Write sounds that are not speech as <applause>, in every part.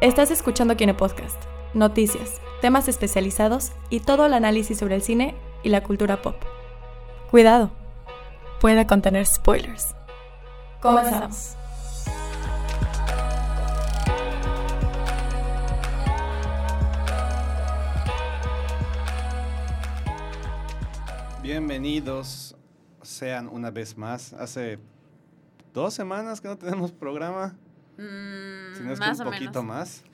Estás escuchando Kine Podcast, noticias, temas especializados y todo el análisis sobre el cine y la cultura pop. Cuidado, puede contener spoilers. Comenzamos. Bienvenidos sean una vez más. Hace dos semanas que no tenemos programa, Mm, si no es que más un o poquito menos. más.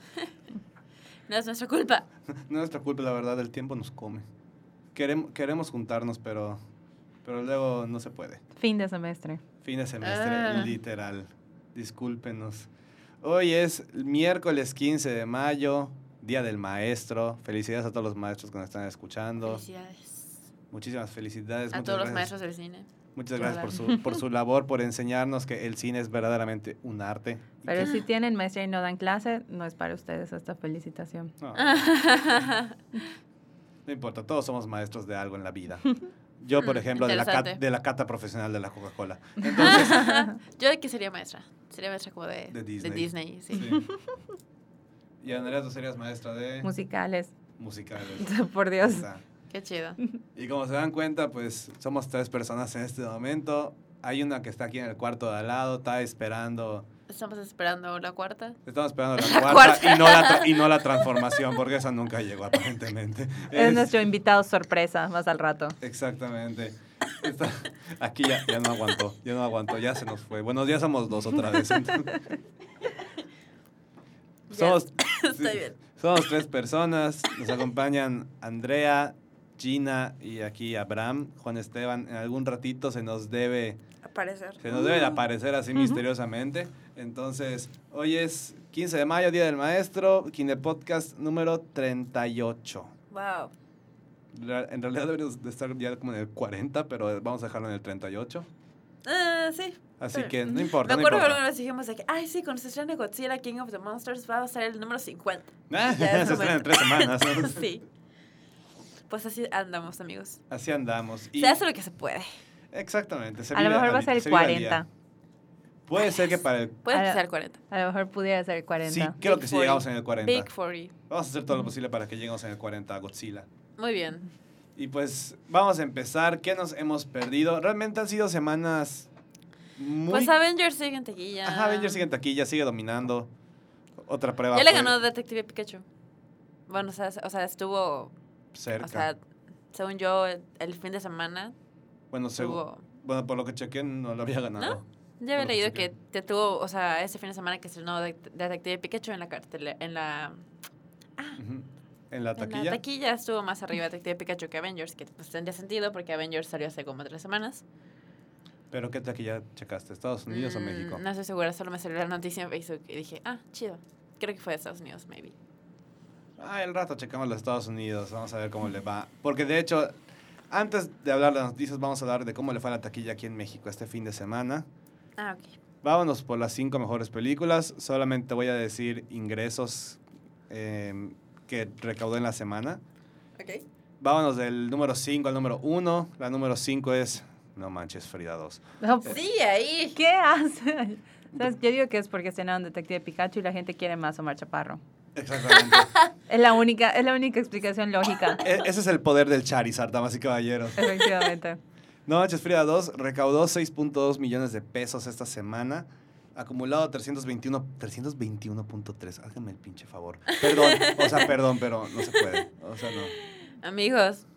No es nuestra culpa. No es nuestra culpa, la verdad, el tiempo nos come. Queremos, queremos juntarnos, pero, pero luego no se puede. Fin de semestre. Fin de semestre, Ah. literal. Discúlpenos. Hoy es miércoles 15 de mayo, Día del Maestro. Felicidades a todos los maestros que nos están escuchando. Felicidades. Muchísimas felicidades. A muchas todos los gracias. maestros <laughs> del cine. <laughs> Muchas gracias por su, por su labor, por enseñarnos que el cine es verdaderamente un arte. y Pero que- si tienen maestría y no dan clase, no es para ustedes esta felicitación. No, no importa, todos somos maestros de algo en la vida. Yo, por Mm, ejemplo, de la, cat- interesante. de la cata profesional de la Coca-Cola. Entonces, Yo de que sería maestra. Sería maestra como de, De Disney. sí. sí. Y Andrea, tú serías maestra de Musicales, <laughs> musicales. por Dios. Ahí está. Qué chido. Y como se dan cuenta, pues somos tres personas en este momento. Hay una que está aquí en el cuarto de al lado, está esperando Estamos esperando la cuarta. Estamos esperando la, cuarta, La cuarta. Y, no la tra- y no la transformación, porque esa nunca llegó aparentemente. Es Es- nuestro invitado sorpresa, más al rato. Exactamente. Está- aquí ya, ya no aguantó, ya no aguantó, ya se nos fue. Bueno, ya somos dos otra vez. entonces. Ya. <laughs> Somos, <laughs> Está sí, bien. somos tres personas, nos acompañan Andrea, Gina y aquí Abraham, Juan Esteban. En algún ratito se nos debe Aparecer. se nos debe de aparecer así misteriosamente. Entonces, hoy es 15 de mayo, Día del Maestro, Kine Podcast número 38. Wow. Ra- En realidad deberíamos de estar ya como en el 40, pero vamos a dejarlo en el 38. Ah, sí. Así Pero- que no importa, Me no acuerdo que importa. alguna vez dijimos de que, ay, sí, cuando se estrene Godzilla King of the Monsters va a ser el <laughs> número 50. Ah, Ya es se estrena en momento. tres semanas. ¿no? <laughs> sí. Pues así andamos, amigos. Así andamos. Y Se hace lo que se puede. Exactamente. se A lo vive mejor al- va a ser se el vive al día. 40. Puede ser que <laughs> para el... Puede Ahora- que sea el 40. A lo mejor pudiera ser el 40. Sí, creo Big que sí 40. llegamos en el 40. Big 40. Vamos a hacer todo lo posible para que lleguemos en el 40 a Godzilla. Muy bien. Y pues vamos a empezar. ¿Qué nos hemos perdido? Realmente han sido semanas muy... Pues Avengers sigue en taquilla. Ajá, Avengers sigue en taquilla, sigue dominando. Otra prueba. Ya le fue ganó Detective Pikachu. Bueno, o sea, o sea, estuvo. cerca. O sea, según yo, el, el fin de semana bueno, segu- tuvo. bueno, por lo que chequeé, no lo había ganado. Ya había Bueno, leído sí que- que te tuvo, o sea, ese fin de semana que estrenó Det- Detective Pikachu en la cartela, en la, Ujú. En la en taquilla. la taquilla estuvo más arriba Detective Pikachu que Avengers, que pues tendría sentido porque Avengers salió hace como tres semanas. ¿Pero qué taquilla checaste? ¿Estados Unidos o Mm, México? No estoy segura, solo me salió la noticia en Facebook y dije, ah, chido. Creo que fue de Estados Unidos, maybe. Ah, el rato checamos los Estados Unidos. Vamos a ver cómo le va. Porque de hecho, antes de hablar de las noticias, vamos a hablar de cómo le fue a la taquilla aquí en México este fin de semana. Ah, ok. Vámonos por las cinco mejores películas. Solamente voy a decir ingresos eh, que recaudó en la semana. Ok. Vámonos del número 5 al número 1. La número 5 es No Manches Frida 2. No, pues, Sí, ahí. ¿Qué hacen? <laughs> ¿Sabes? Yo digo que es porque estrenaron Detective Pikachu y la gente quiere más Omar Chaparro. <laughs> Exactamente. Es la única, es la única explicación <laughs> lógica. E- ese es el poder del Charizard, damas y caballeros. Efectivamente. No Manches Frida 2 recaudó 6.2 millones de pesos esta semana. Acumulado 321, 321.3. Háganme el pinche favor. Perdón, o sea, perdón, pero no se puede. O sea, no. Amigos,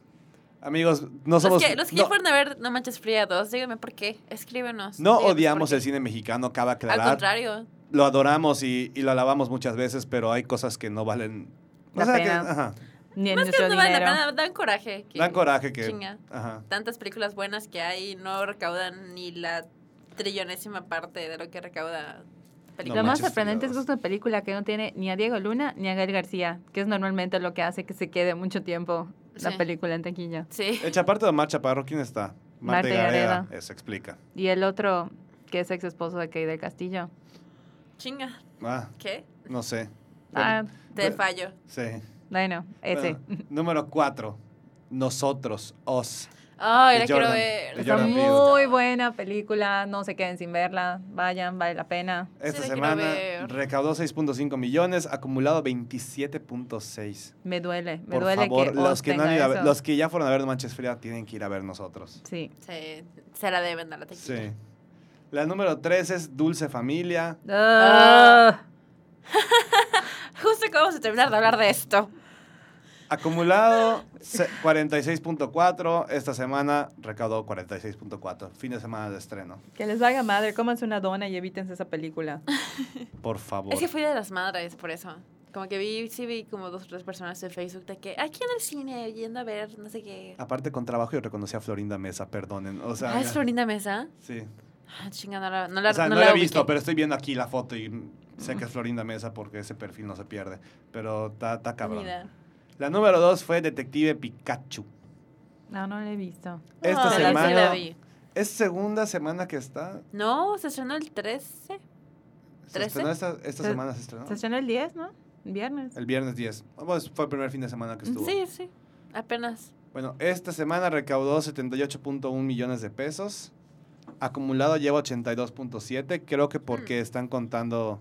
Amigos, no somos... los que, los que no- fueron a ver No Manches Fría 2, díganme por qué. Escríbenos. No díganos odiamos por el qué. cine mexicano, cabe Al aclarar. contrario. Lo adoramos y, y lo alabamos muchas veces, pero hay cosas que no valen. La que, pena. ajá, Ni en Más que nuestro no vale la dinero. pena, dan coraje. que dan coraje que. Chinga. Ajá. Tantas películas buenas que hay no recaudan ni la trillonésima parte de lo que recauda lo No películas. más manches, sorprendente es que Fregados. es una película que no tiene ni a Diego Luna ni a Gael García, que es normalmente lo que hace que se quede mucho tiempo la Sí. película en taquilla. sí. Hecha parte de Omar Chaparro, ¿quién está? Marta Gareda. Gareda. Eso explica. Y el otro, que es ex esposo de Kay del Castillo. Chinga. Ah, ¿Qué? no sé. Ah, Pues, Te fallo. Sí. bueno, ese. Bueno, número cuatro. Nosotros, os. Ay, De la quiero Jordan, ver. de Está Está Jordan Peele. muy muy buena película, no se queden sin verla, vayan, vale la pena. Esta la quiero semana ver. recaudó 6.5 millones, acumulado 27.6. Me duele, me Por duele favor, que los Oz que, no tenga han ido a ver- eso. los que ya fueron a ver Manches Fría tienen que ir a ver nosotros. Sí. Se, se la deben a la tequila. Sí. La número 3 es Dulce Familia. Ah. Justo acabamos de terminar de hablar de esto. Acumulado se- 46.4. Esta semana recaudó 46.4. Fin de semana de estreno. que les valga madre, cómanse una dona y evítense esa película. Por favor. Es que fui de las madres, por eso. Como que vi, sí vi como dos o tres personas en Facebook de que aquí en el cine, yendo a ver, no sé qué. Aparte, con trabajo yo reconocí a Florinda Mesa, perdonen. O sea, ah, es Florinda Mesa. Sí. Ah, chinga, no la, no la, o sea, no no, la la he ubiqué. visto, pero estoy viendo aquí la foto y sé que es Florinda Mesa porque ese perfil no se pierde. Pero está está Ni cabrón. idea. La número 2 fue Detective Pikachu. No, no la he visto. Esta Ah, sí semana- la vi. Es segunda semana que está. No, se estrenó el 13. ¿Se ¿Trece? estrenó esta, esta Se- semana se estrenó. Se estrenó el 10, ¿no? Viernes. El viernes 10. Pues, fue el primer fin de semana que estuvo. Sí, sí. Apenas. Bueno, esta semana recaudó 78.1 millones de pesos. Acumulado lleva 82.7. Creo que porque Mm. están contando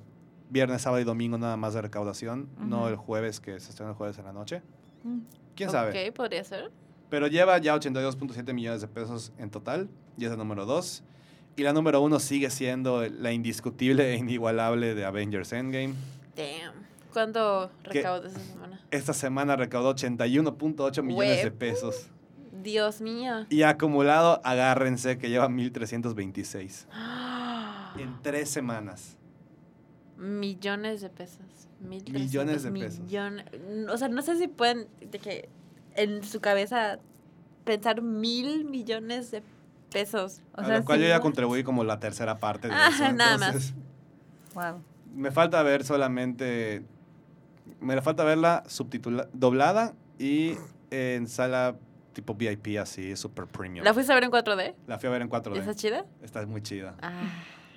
viernes, sábado y domingo nada más de recaudación, no Ujú. el jueves que se estrena el jueves en la noche. Mm. ¿Quién sabe? Ok, podría ser. Pero lleva ya 82.7 millones de pesos en total. Y es la número 2. Y la número 1 sigue siendo la indiscutible e inigualable de Avengers Endgame. Damn. ¿Cuánto ¿Qué? recaudas esa semana? Esta semana recaudó 81.8 millones de Hue- pesos. Dios mío. Y acumulado, agárrense, que lleva 1.326. En tres semanas. Millones de pesos. Mil Millones de trescientos pesos. millon- o sea, no sé si pueden de que en su cabeza pensar mil millones de pesos. O a sea, lo cual sí. yo ya contribuí como la tercera <laughs> parte de Ah, eso. nada más. entonces, Wow. Me falta ver solamente. Me falta verla subtitulada, doblada y en sala tipo VIP, así, super premium. ¿La fuiste a ver en 4D? La fui a ver en ¿Y ¿Está 4D. chida? Está muy chida. Ah.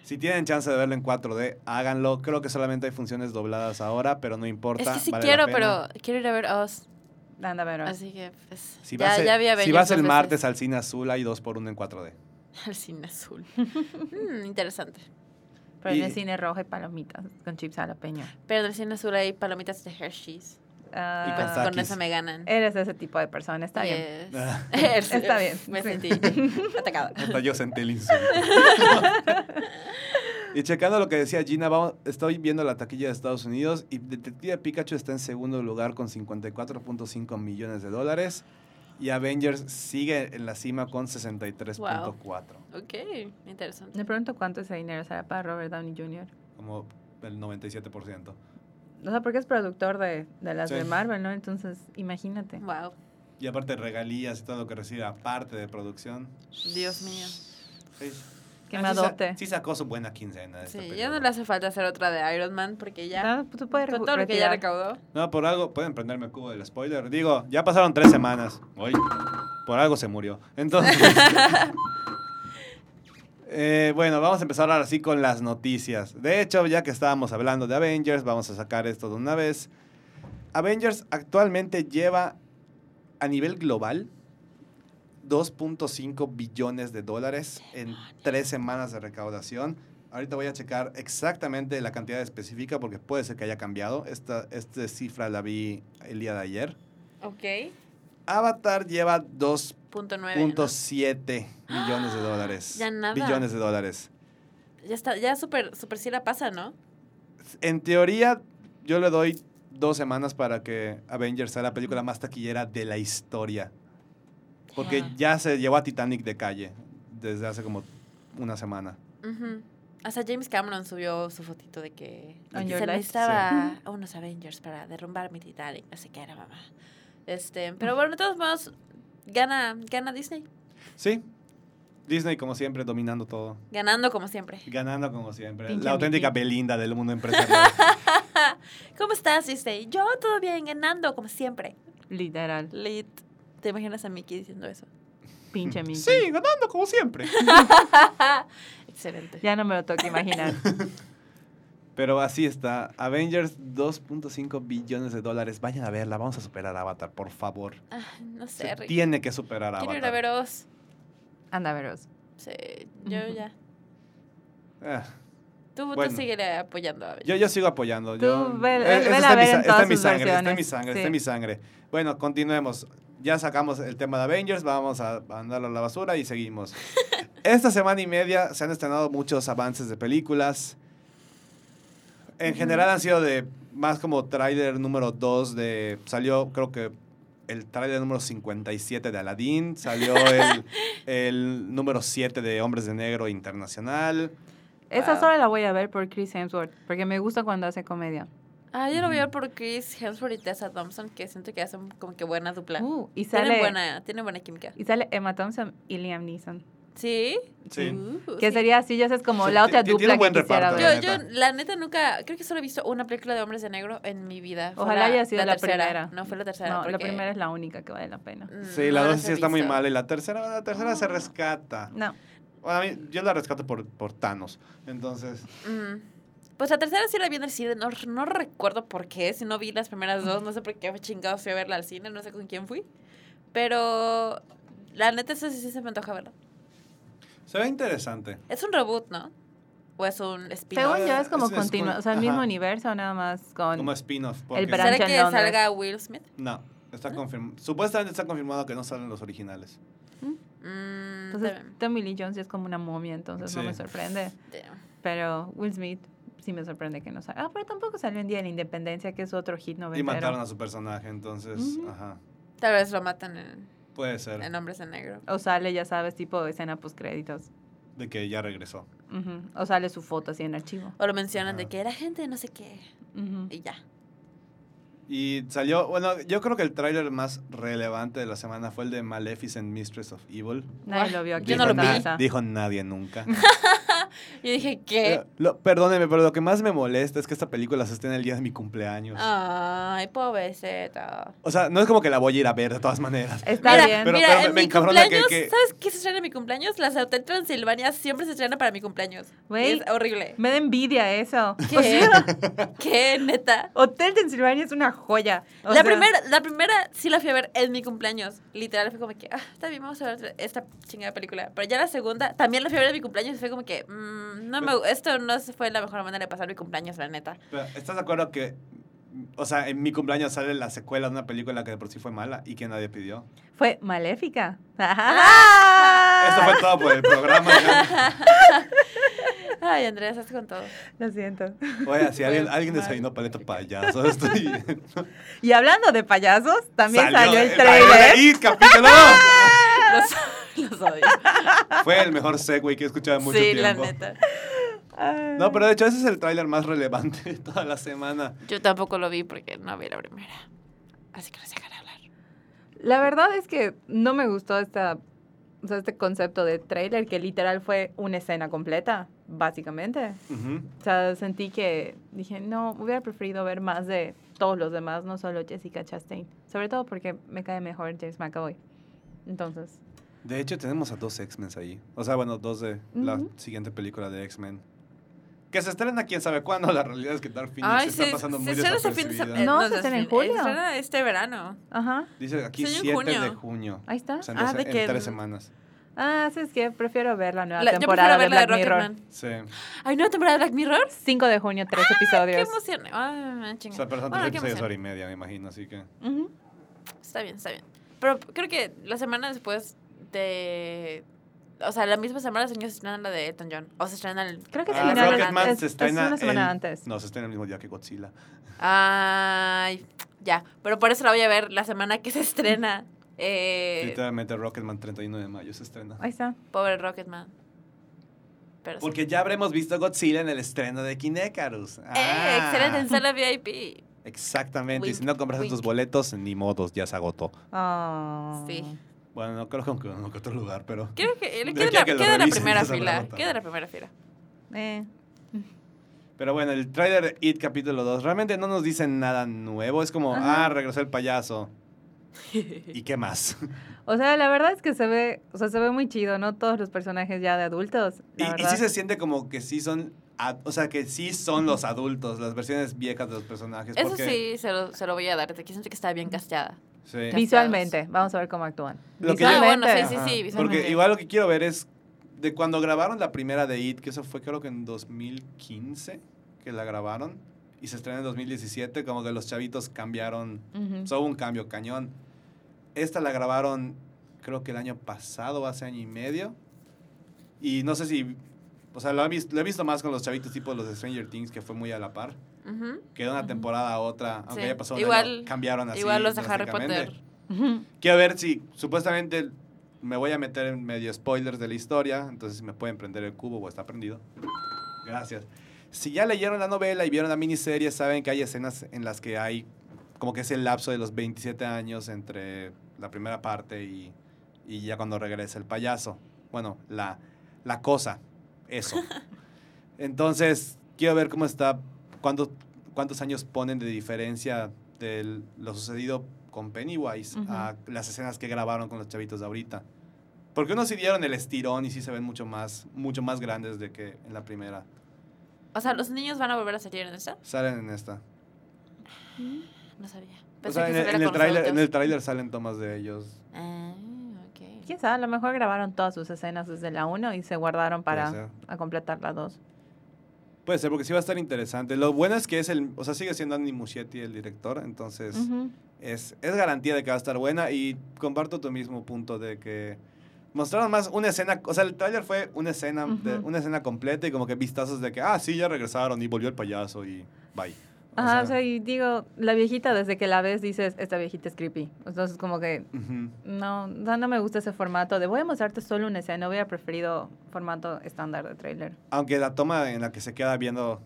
Si tienen chance de verla en 4D, háganlo. Creo que solamente hay funciones dobladas ahora, pero no importa. Es que sí vale la quiero, pena. pero quiero ir a ver Oz. Anda, pero. Así que, pues. Si ya, vas, el- ya vi a si Avengers vas dos el veces. martes al cine azul, hay dos por uno en 4D. <laughs> Al cine azul. Mm, interesante. Pero en el Y- cine rojo y palomitas con chips jalapeño. Pero en el cine azul hay palomitas de Hershey's. Ah, con Pues, Takis. con eso me ganan. Eres ese tipo de persona, está bien. <laughs> Yes. <laughs> Está bien, Me sí. <laughs> sentí atacada. Hasta <laughs> yo sentí el insulto. y checando lo que decía Gina, vamos- estoy viendo la taquilla de Estados Unidos y Detective Pikachu está en segundo lugar con 54.5 millones de dólares y Avengers sigue en la cima con 63.4, Ok, interesante. Me pregunto cuánto ese dinero será para Robert Downey Jr. como el 97%. O sea, porque es productor de, de las Sí. de Marvel, ¿no? Entonces, imagínate. Wow, Y aparte regalías y todo lo que recibe aparte de producción. Dios mío. Sí. Que Ah, me sí sa- adopte. Sí sacó su buena quincena. esta Sí, ya película. no le hace falta hacer otra de Iron Man porque ya. Ah, Tú puedes Con re- todo lo que retirar. ya recaudó. No, por algo, pueden prenderme el cubo del spoiler. Digo, ya pasaron tres semanas. Hoy, por algo se murió. Entonces. eh, bueno, vamos a empezar ahora sí con las noticias. De hecho, ya que estábamos hablando de Avengers, vamos a sacar esto de una vez. Avengers actualmente lleva a nivel global 2.5 billones de dólares en tres semanas de recaudación. Ahorita voy a checar exactamente la cantidad específica porque puede ser que haya cambiado. Esta, esta cifra la vi el día de ayer. Ok. Avatar lleva Punto nueve. ¿no? 2.7 millones de dólares. Ah, Ya nada. Billones de dólares. Ya está, ya super, super sí la pasa, ¿no? En teoría, yo le doy dos semanas para que Avengers sea la película más taquillera de la historia. Porque Ya. ya se llevó a Titanic de calle desde hace como una semana. Ujú. Hasta James Cameron subió su fotito de que On se your left. necesitaba a unos Avengers para derrumbar mi Titanic, no sé qué era, mamá. Este, pero bueno, de todos modos, gana, gana Disney. Sí. Disney, como siempre, dominando todo. Ganando como siempre. <laughs> Ganando como siempre. Pinche la auténtica Mickey. Belinda del mundo <laughs> empresarial. ¿Cómo estás, Disney? Yo todo bien, ganando como siempre. Literal. Lit. ¿Te imaginas a Mickey diciendo eso? Pinche Mickey. Mm. sí, ganando como siempre. <laughs> Excelente. <laughs> Ya no me lo toca imaginar. <laughs> Pero así está. Avengers, 2.5 billones de dólares. Vayan a verla. Vamos a superar a Avatar, por favor. Ah, no Se sé, Rick. tiene que superar a Quiero ir a Avatar. ver Oz. Anda, veros. Sí, yo Ujú. ya. Ah, Tú, Bueno. tú sigue apoyando a yo, yo sigo apoyando. Tú yo- ve- eh, ve- eso vela está en mi ver en sa- está todas en mi sus sangre, está en mi versiones. sangre, está Sí. en mi sangre. Bueno, continuemos. Ya sacamos el tema de Avengers, vamos a mandarlo a la basura <laughs> y seguimos. Esta semana y media se han estrenado muchos avances de películas. En general han sido de más como tráiler número 2 de... Salió creo que el tráiler número 57 de Aladdin, salió <laughs> el, el número 7 de Hombres de Negro Internacional. Esa Wow. solo la voy a ver por Chris Hemsworth, porque me gusta cuando hace comedia. Ah, yo lo voy a ver Ujú. por Chris Hemsworth y Tessa Thompson, que siento que hacen como que buena dupla. Uh, y tienen, sale buena, tienen buena química. y sale Emma Thompson y Liam Neeson. ¿Sí? Sí. Uh, Que sí. sería así, ya sabes, como Sí, la ti- otra tiene dupla un buen que quisiera reparto, ver. Yo, la yo, neta. la neta, nunca. Creo que solo he visto una película de hombres de negro en mi vida. Fue Ojalá haya sido la, tercera. primera. No fue la tercera. No, la porque Mm, primera es la única que vale la pena. n- Sí, no la las 2 sí he está muy visto. mala y la tercera, la tercera se rescata. No. Bueno, a mí, yo la rescato por, por Thanos. Entonces, Mm. Pues la tercera sí la vi en el cine. No, no recuerdo por qué. Si no vi las primeras dos, no sé por qué chingado fui a verla al cine. No sé con quién fui. Pero la neta, esa sí, sí se me antoja verla. se ve interesante. Es un reboot, ¿no? O es un Según spin-off. yo es como Es- es continuo, con- o sea, el mismo ajá. universo, nada más con... Como spin-off. porque- El ¿Será Branch en que Londres. salga Will Smith? No, está confirmado. Supuestamente está confirmado que no salen los originales. Mm, Entonces, también. Tommy Lee Jones sí es como una momia, entonces no Sí. me sorprende. Damn. Pero Will Smith sí me sorprende que no salga. Ah, pero tampoco salió en Día de la Independencia, que es otro hit Y noventero. mataron a su personaje, entonces, Ujú. ajá. Tal vez lo matan en, Puede ser en Hombres de Negro. O sale, ya sabes, tipo escena post créditos. de que ya regresó. O sale su foto así en archivo. O lo mencionan de Ajá. que era gente de no sé qué. Ujú. Y ya. Y salió, bueno, yo creo que el tráiler más relevante de la semana fue el de Maleficent Mistress of Evil. Nadie lo vio aquí. Yo no en lo la vi. casa. dijo nadie nunca. Yo dije, ¿qué? Lo- perdóneme, pero lo que más me molesta es que esta película se esté en el día de mi cumpleaños. Ah. Ay, pobreceta. O sea, no es como que la voy a ir a ver de todas maneras. Está Pero- bien. Pero, Mira, pero me- en me mi encabrona que- cumpleaños, que- ¿sabes qué se estrena en mi cumpleaños? Las Hotel Transilvania siempre se estrena para mi cumpleaños. Güey. Y Es horrible. Me da envidia eso. O ¿Qué? sea, <laughs> <laughs> ¿Qué, neta? Hotel Transilvania es una joya. O La sea, primera, la primera sí la fui a ver en mi cumpleaños. Literal, fue como que, ah, está bien, vamos a ver esta chingada película. Pero ya la segunda, también la fui a ver en mi cumpleaños y fue como que, mm, no me, esto no fue la mejor manera de pasar mi cumpleaños, la neta. Pero, ¿Estás de acuerdo que, o sea, en mi cumpleaños sale la secuela de una película que de por sí fue mala y que nadie pidió? Fue maléfica. Ah. <laughs> Esto fue todo por el programa. ya. Ay, Andrea, estás <laughs> con todo. Lo siento. Oye, si alguien, Fue alguien desayunó paleta payaso, estoy... Y hablando de payasos, también salió, el trailer. trailer. ¡Y capítulo! Los, los odio. Fue el mejor segue que he escuchado en mucho sí, tiempo. la neta. Ah. No, pero de hecho ese es el tráiler más relevante de toda la semana. Yo tampoco lo vi porque no vi la primera. Así que no sé qué hablar. La verdad es que no me gustó esta, o sea, este concepto de trailer que literal fue una escena completa, básicamente. Ujú. O sea, sentí que dije, no, hubiera preferido ver más de todos los demás, no solo Jessica Chastain. Sobre todo porque me cae mejor James McAvoy. Entonces, De hecho, tenemos a dos X-Men ahí. O sea, bueno, dos de la Ujú. siguiente película de X-Men. Que se estrena quién sabe cuándo. La realidad es que Dark Phoenix Ay, está se, pasando se muy estrena ese fin de desapercibida. semana. No, se estrena en julio. Se estrena este verano. ajá, Dice aquí Se 7 estrena en de junio. junio. ahí está. O sea, en, Ah, doce- de en que tres en- semanas. Ah, sí, es que prefiero ver la nueva La- yo temporada prefiero de ver la de Black Mirror. Rocketman. Sí. Ay, ¿nueva temporada de Black Mirror? 5 de junio, tres Qué episodios. emoción. Ay, me O chinga. sea, pero son Bueno, tres qué episodios, emoción. hora y media, me imagino. Así que. Ujú. Está bien, está bien. Pero creo que la semana después de... O sea, la misma semana los años estrenan la de Elton John. O se estrenan el... Creo que Ah, sí, no, no, Rocketman es, se es estrena una semana el- antes. No, se estrena el mismo día que Godzilla. Ay, ya. Pero por eso la voy a ver la semana que se estrena. Eh, Literalmente Rocketman 31 de mayo se estrena. Ahí está. pobre Rocketman. Pero sí. Porque ya habremos visto Godzilla en el estreno de Kinecarus. ¡Eh! Ah, Excelente, en sala VIP. Exactamente. y si Wink, no compraste tus wink. boletos, ni modos, ya se agotó. Ah. Sí. Bueno, no creo que en algún otro lugar, pero. Creo que De queda, aquí a la, que lo queda la revisen, primera ya se habrá fila. agotado. Queda la primera fila. Eh. Pero bueno, el trailer de It capítulo 2 realmente no nos dicen nada nuevo. Es como, Ajá. ah, regresó el payaso. ¿Y qué más? O sea, la verdad es que se ve, o sea, se ve muy chido, ¿no? Todos los personajes ya de adultos. Y, La y verdad. sí se siente como que sí son a- o sea, que sí son los adultos, las versiones viejas de los personajes. Eso porque, sí, se lo, se lo voy a dar. Que siento que está bien casteada. sí. Visualmente, vamos a ver cómo actúan. Lo que- Ah, bueno, Visualmente. sí, Ajá. visualmente. Porque igual lo que quiero ver es de cuando grabaron la primera de It, que eso fue creo que en 2015 que la grabaron y se estrenó en 2017, como que los chavitos cambiaron, Ujú. o sea, hubo un cambio cañón. Esta la grabaron creo que el año pasado, hace año y medio. Y no sé si, o sea, lo he visto, lo he visto más con los chavitos tipo los de Stranger Things, que fue muy a la par. Ujú. Que de una Ujú. temporada a otra, aunque Sí. ya pasó un Igual- año, cambiaron así. Igual los de Harry drásticamente. Potter. Ujú. Quiero ver si supuestamente me voy a meter en medio spoilers de la historia, entonces si me pueden prender el cubo o está prendido. Gracias. Si ya leyeron la novela y vieron la miniserie, saben que hay escenas en las que hay como que es el lapso de los 27 años entre la primera parte y, y ya cuando regresa el payaso. Bueno, la, la cosa, <laughs> eso. Entonces, quiero ver cómo está, cuánto- cuántos años ponen de diferencia de lo sucedido con Pennywise Ujú. a las escenas que grabaron con los chavitos de ahorita. Porque unos sí dieron el estirón y sí se ven mucho más, mucho más grandes de que en la primera. O sea, los niños van a volver a salir en esta. Salen en esta. No sabía. Pensé O sea, que en, se el- viera en el con los tráiler- en adultos. el tráiler salen tomas de ellos. Ah, ok. Quién sabe, a lo mejor grabaron todas sus escenas desde la 1 y se guardaron Puede para ser. a completar la 2. Puede ser, porque sí va a estar interesante. Lo bueno es que es el... O sea, sigue siendo Andy Muschietti el director, entonces... Ujú. es, es garantía de que va a estar buena y comparto tu mismo punto de que mostraron más una escena, o sea, el tráiler fue una escena, de, Ujú. una escena completa y como que vistazos de que, ah, sí, ya regresaron y volvió el payaso y bye. O Ajá, sea, o sea, y digo, la viejita desde que la ves dices, esta viejita es creepy. Entonces como que ujú. no, no, no me gusta ese formato de voy a mostrarte solo una escena, hubiera preferido formato estándar de trailer. Aunque la toma en la que se queda viendo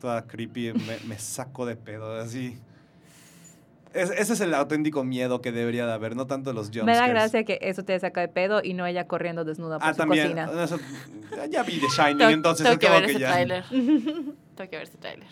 toda creepy me, me saco de pedo, así. Es- ese es el auténtico miedo que debería de haber, no tanto los jumpscares. Me da gracia que eso te saca de pedo y no ella corriendo desnuda por Ah, su también. cocina. no, eso- ya vi The <laughs> Shining, Tengo- entonces tengo es que como ver que ese ya- tráiler. tengo que ver ese tráiler.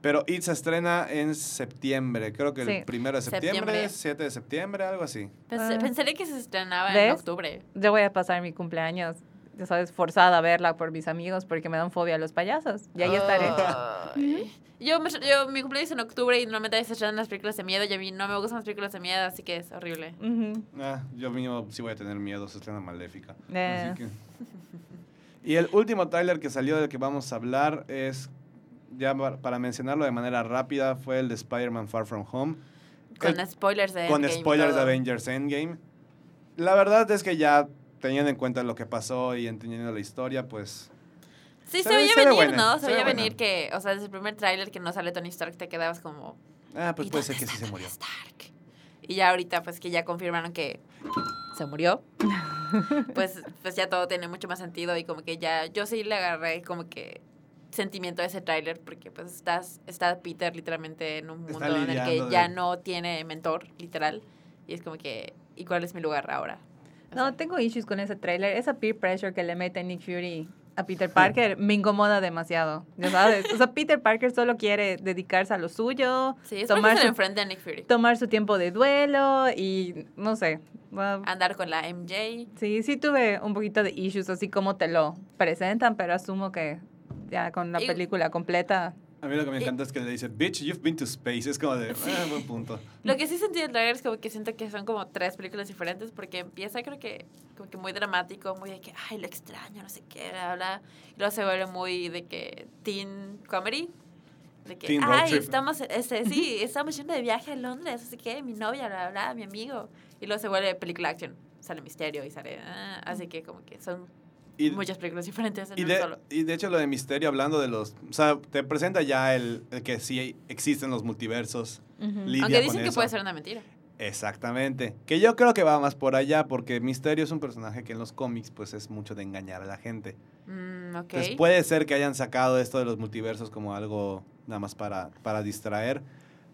Pero It se estrena en septiembre, creo que Sí. el primero de septiembre, Septiembre. 7 de septiembre, algo así. Pensé, Ah. pensaría que se estrenaba en ¿Ves? octubre. Yo voy a pasar mi cumpleaños, ya sabes, forzada a verla por mis amigos porque me dan fobia a los payasos. Y ahí estaré. Ah. Ay. Yo, me- yo, mi cumpleaños es en octubre y normalmente a veces estrenan las películas de miedo y a mí no me gustan las películas de miedo, así que es horrible. Ujú. Ah, yo mínimo sí voy a tener miedo, se estrena maléfica. Eh. Así que- <laughs> Y el último tráiler que salió del que vamos a hablar es, ya pa- para mencionarlo de manera rápida, fue el de Spider-Man Far From Home. Con El- spoilers de Eh, con Endgame y spoilers de todo. Avengers Endgame. La verdad es que ya teniendo en cuenta lo que pasó y entendiendo la historia, pues... Sí, se, Se ve- veía se ve venir, buena, ¿no? se Se ve veía buena. venir que, o sea, desde el primer tráiler que no sale Tony Stark te quedabas como... Ah, pues "¿Y puede dónde ser que sí está se Tony murió. Stark?". Y ya ahorita, pues que ya confirmaron que <laughs> se murió, pues, pues ya todo tiene mucho más sentido y como que ya yo sí le agarré como que sentimiento a ese tráiler porque pues estás, está Peter literalmente en un Está mundo en el que lidiando de- ya no tiene mentor, literal, y es como que, ¿y cuál es mi lugar ahora? O sea, No, tengo issues con ese trailer. Esa peer pressure que le mete Nick Fury a <laughs> Peter Parker me incomoda demasiado. Ya sabes. O sea, Peter Parker solo quiere dedicarse a lo suyo, sí, es tomar, ponerse su, enfrente a Nick Fury, tomar su tiempo de duelo y no sé. Bueno, andar con la MJ. sí, sí tuve un poquito de issues así como te lo presentan, pero asumo que ya con la Y- película completa. A mí lo que me Y- encanta es que le dice, bitch, you've been to space. Es como de, Sí. "Ah, buen punto. Lo que sí sentí del trailer es como que siento que son como tres películas diferentes porque empieza creo que como que muy dramático, muy de que, ay, lo extraño, no sé qué, bla, bla. Y luego se vuelve muy de que teen comedy. De que, Teen road ay, trip". estamos, este, sí, <laughs> estamos yendo de viaje a Londres, así que mi novia, bla, bla, bla, mi amigo. Y luego se vuelve película action. Sale misterio y sale, ah, así que como que son Y, muchas películas diferentes en y un de, solo. y de hecho lo de Misterio, hablando de los... O sea, te presenta ya el, el que sí existen los multiversos. Ujú. Lidia Aunque con dicen que eso. puede ser una mentira. Exactamente. Que yo creo que va más por allá, porque Misterio es un personaje que en los cómics pues es mucho de engañar a la gente. Mm, ok. Entonces puede ser que hayan sacado esto de los multiversos como algo nada más para, para distraer.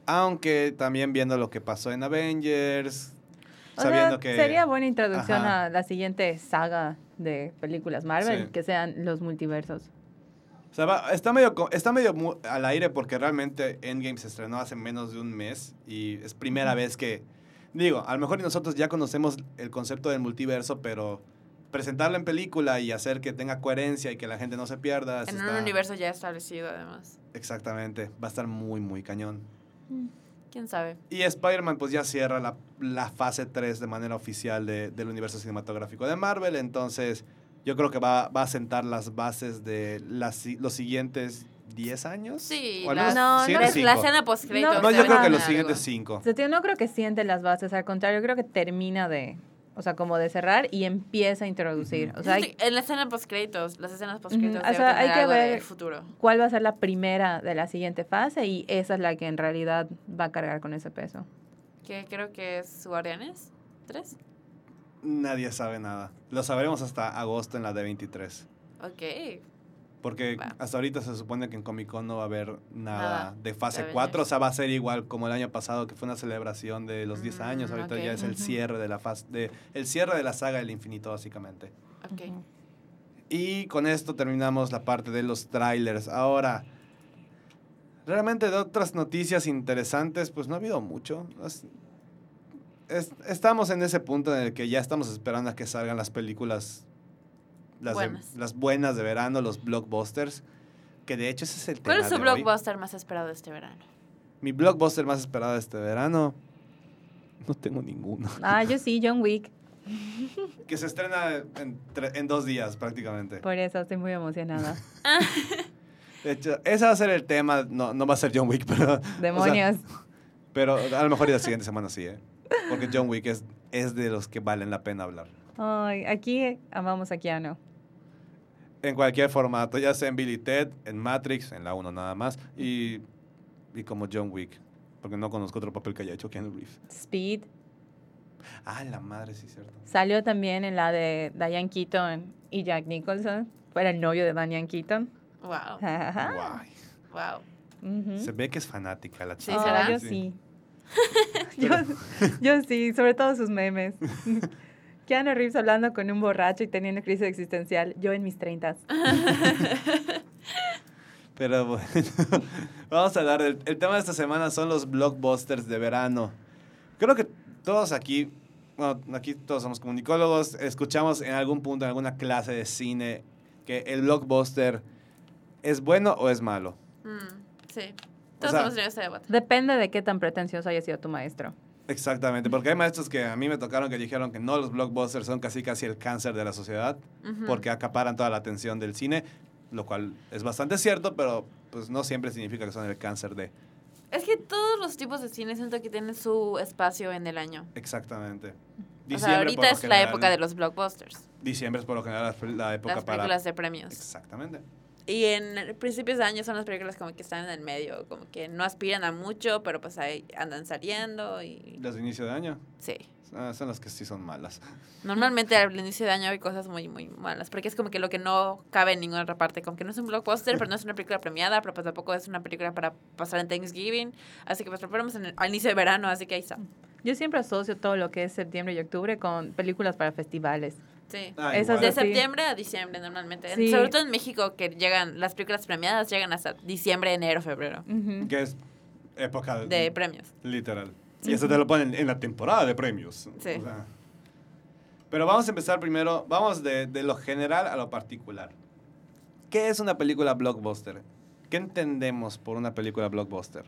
Aunque también viendo lo que pasó en Avengers, O sea, sabiendo que... sería buena introducción Ajá. a la siguiente saga de películas Marvel, Sí. que sean los multiversos. O sea, va- está medio, co- está medio mu- al aire porque realmente Endgame se estrenó hace menos de un mes y es primera vez que... Digo, a lo mejor nosotros ya conocemos el concepto del multiverso, pero presentarla en película y hacer que tenga coherencia y que la gente no se pierda. eso En un está- universo ya establecido, además. Exactamente, va a estar muy, muy cañón. ¿Quién sabe? Y Spider-Man pues ya cierra la, la fase 3 de manera oficial de- del universo cinematográfico de Marvel, entonces yo creo que va, va a sentar las bases de las, si- los siguientes 10 años. Sí, O al las- menos No, siguientes no, la, cinco. la escena post No, No, yo creo que Ajá. los siguientes 5. O sea, yo no creo que siente las bases, al contrario, creo que termina de, o sea, como de cerrar y empieza a introducir. Ujú. O sea, hay- en la escena post créditos, las escenas post Ujú, créditos. o sea, hay que ver- el futuro. ¿cuál va a ser la primera de la siguiente fase? Y esa es la que en realidad va a cargar con ese peso. <laughs> Que creo que es Guardianes 3. Nadie sabe nada. Lo sabremos hasta agosto en la D23. Ok. Porque Va. hasta ahorita se supone que en Comic Con no va a haber nada, Nada, de ya fase ven 4. O eso. sea, va a ser igual como el año pasado, que fue una celebración de los 10 años. Mm, Ahorita ok. ya es el Ujú. cierre de la fase, de, el cierre de la saga del infinito, básicamente. Ok. Ujú. Y con esto terminamos la parte de los trailers. Ahora, realmente de otras noticias interesantes, pues no ha habido mucho. Es- es- estamos en ese punto en el que ya estamos esperando a que salgan las películas, las, de- Buenas. las buenas de verano, los blockbusters. Que de hecho ese es el tema. ¿Cuál es su de hoy. blockbuster más esperado este verano? Mi blockbuster más esperado de este verano. No tengo ninguno. Ah, yo sí, John Wick. Que se estrena en, tre- en dos días prácticamente. Por eso estoy muy <laughs> emocionada. De hecho, ese va a ser el tema. No, no va a ser John Wick, <laughs> pero. o sea, Demonios. Pero a lo mejor y <laughs> la siguiente semana sí, ¿eh? Porque John Wick es, es de los que valen la pena hablar. Ay, aquí amamos a Keanu. En cualquier formato, ya sea en Billy Ted, en Matrix, en la 1 nada más, y, y como John Wick. Porque no conozco otro papel que haya hecho Keanu Reeves. Speed. Ah, la madre, sí, cierto. Salió también en la de Diane Keaton y Jack Nicholson. Fuera el novio de Diane Keaton. Wow. Ah. Guay. Wow. Ujú. Se ve que es fanática la Sí, chica. Ah, será. yo sí. <laughs> yo, yo sí, sobre todo sus <laughs> memes. Keanu Reeves hablando con un borracho y teniendo crisis existencial. Yo en mis treintas. Pero <laughs> bueno, vamos a hablar. del- el tema de esta semana son los blockbusters de verano. Creo que todos aquí, bueno, aquí todos somos comunicólogos, escuchamos en algún punto, en alguna clase de cine, que el blockbuster es bueno o es malo. Mm, sí. O Todos sea- hemos tenido este debate. Depende de qué tan pretencioso haya sido tu maestro. Exactamente, porque hay maestros que a mí me tocaron que dijeron que no, los blockbusters son casi casi el cáncer de la sociedad, Ujú. porque acaparan toda la atención del cine, lo cual es bastante cierto, pero pues no siempre significa que son el cáncer de... Es que todos los tipos de cine siento que tienen su espacio en el año. Exactamente. O sea, Diciembre, por ahorita lo es la general, época de los blockbusters, Diciembre es por lo general la, pel- la época las para... películas de premios. Exactamente. Y en principios de año son las películas como que están en el medio, como que no aspiran a mucho, pero pues ahí andan saliendo y... Las de inicio de año Sí. ah, son las que sí son malas. Normalmente al inicio de año hay cosas muy, muy malas, porque es como que lo que no cabe en ninguna otra parte, como que no es un blockbuster, pero no es una película premiada, pero pues tampoco es una película para pasar en Thanksgiving, así que pues lo ponemos en el- al inicio de verano, así que ahí está. Yo siempre asocio todo lo que es septiembre y octubre con películas para festivales. Sí. Ah, Esas De así. septiembre a diciembre normalmente, En- Sí. sobre todo en México que llegan, las películas premiadas llegan hasta diciembre, enero, febrero, Ujú. Que es época de... de premios. literal. Sí. Y eso te lo ponen en la temporada de premios. Sí. O sea, pero vamos a empezar primero, vamos de, de lo general a lo particular. ¿Qué es una película blockbuster? ¿Qué entendemos por una película blockbuster?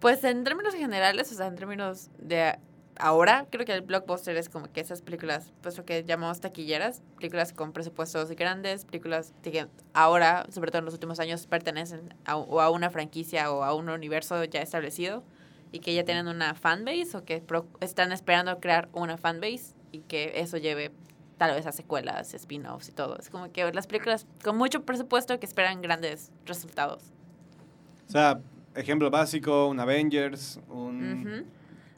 Pues en términos generales, o sea, en términos de ahora, creo que el blockbuster es como que esas películas, pues lo que llamamos taquilleras, películas con presupuestos grandes, películas que ahora, sobre todo en los últimos años, pertenecen a, o a una franquicia o a un universo ya establecido y que ya tienen una fanbase o que pro- están esperando crear una fanbase y que eso lleve tal vez a secuelas, spin-offs y todo. Es como que las películas con mucho presupuesto que esperan grandes resultados. O sea, ejemplo básico, un Avengers, un... Ujú.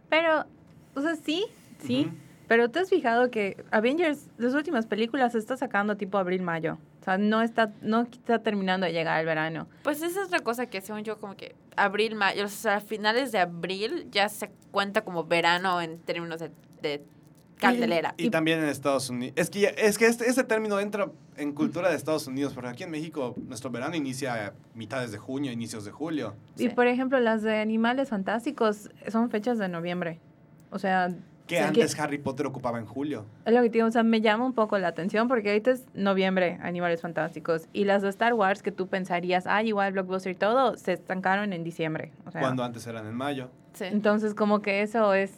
Pero, o sea, sí, sí. Ujú. Pero te has fijado que Avengers, las últimas películas, se está sacando tipo abril-mayo. O sea, no está, no está terminando de llegar el verano. Pues esa es la cosa que según yo como que abril, mayo, o sea, a finales de abril ya se cuenta como verano en términos de, de cartelera. Y, también en Estados Unidos. Es que, ya- es que este, este término entra en cultura de Estados Unidos, porque aquí en México nuestro verano inicia a mitades de junio, inicios de julio. Sí. Y por ejemplo, las de animales fantásticos son fechas de noviembre. O sea, Que Sí. antes Harry Potter ocupaba en julio. Es lo que te digo, o sea, me llama un poco la atención porque ahorita es noviembre, Animales Fantásticos, y las de Star Wars que tú pensarías, ah, igual Blockbuster y todo, se estancaron en diciembre. O sea, Cuando antes eran en mayo. Sí. Entonces, como que eso es,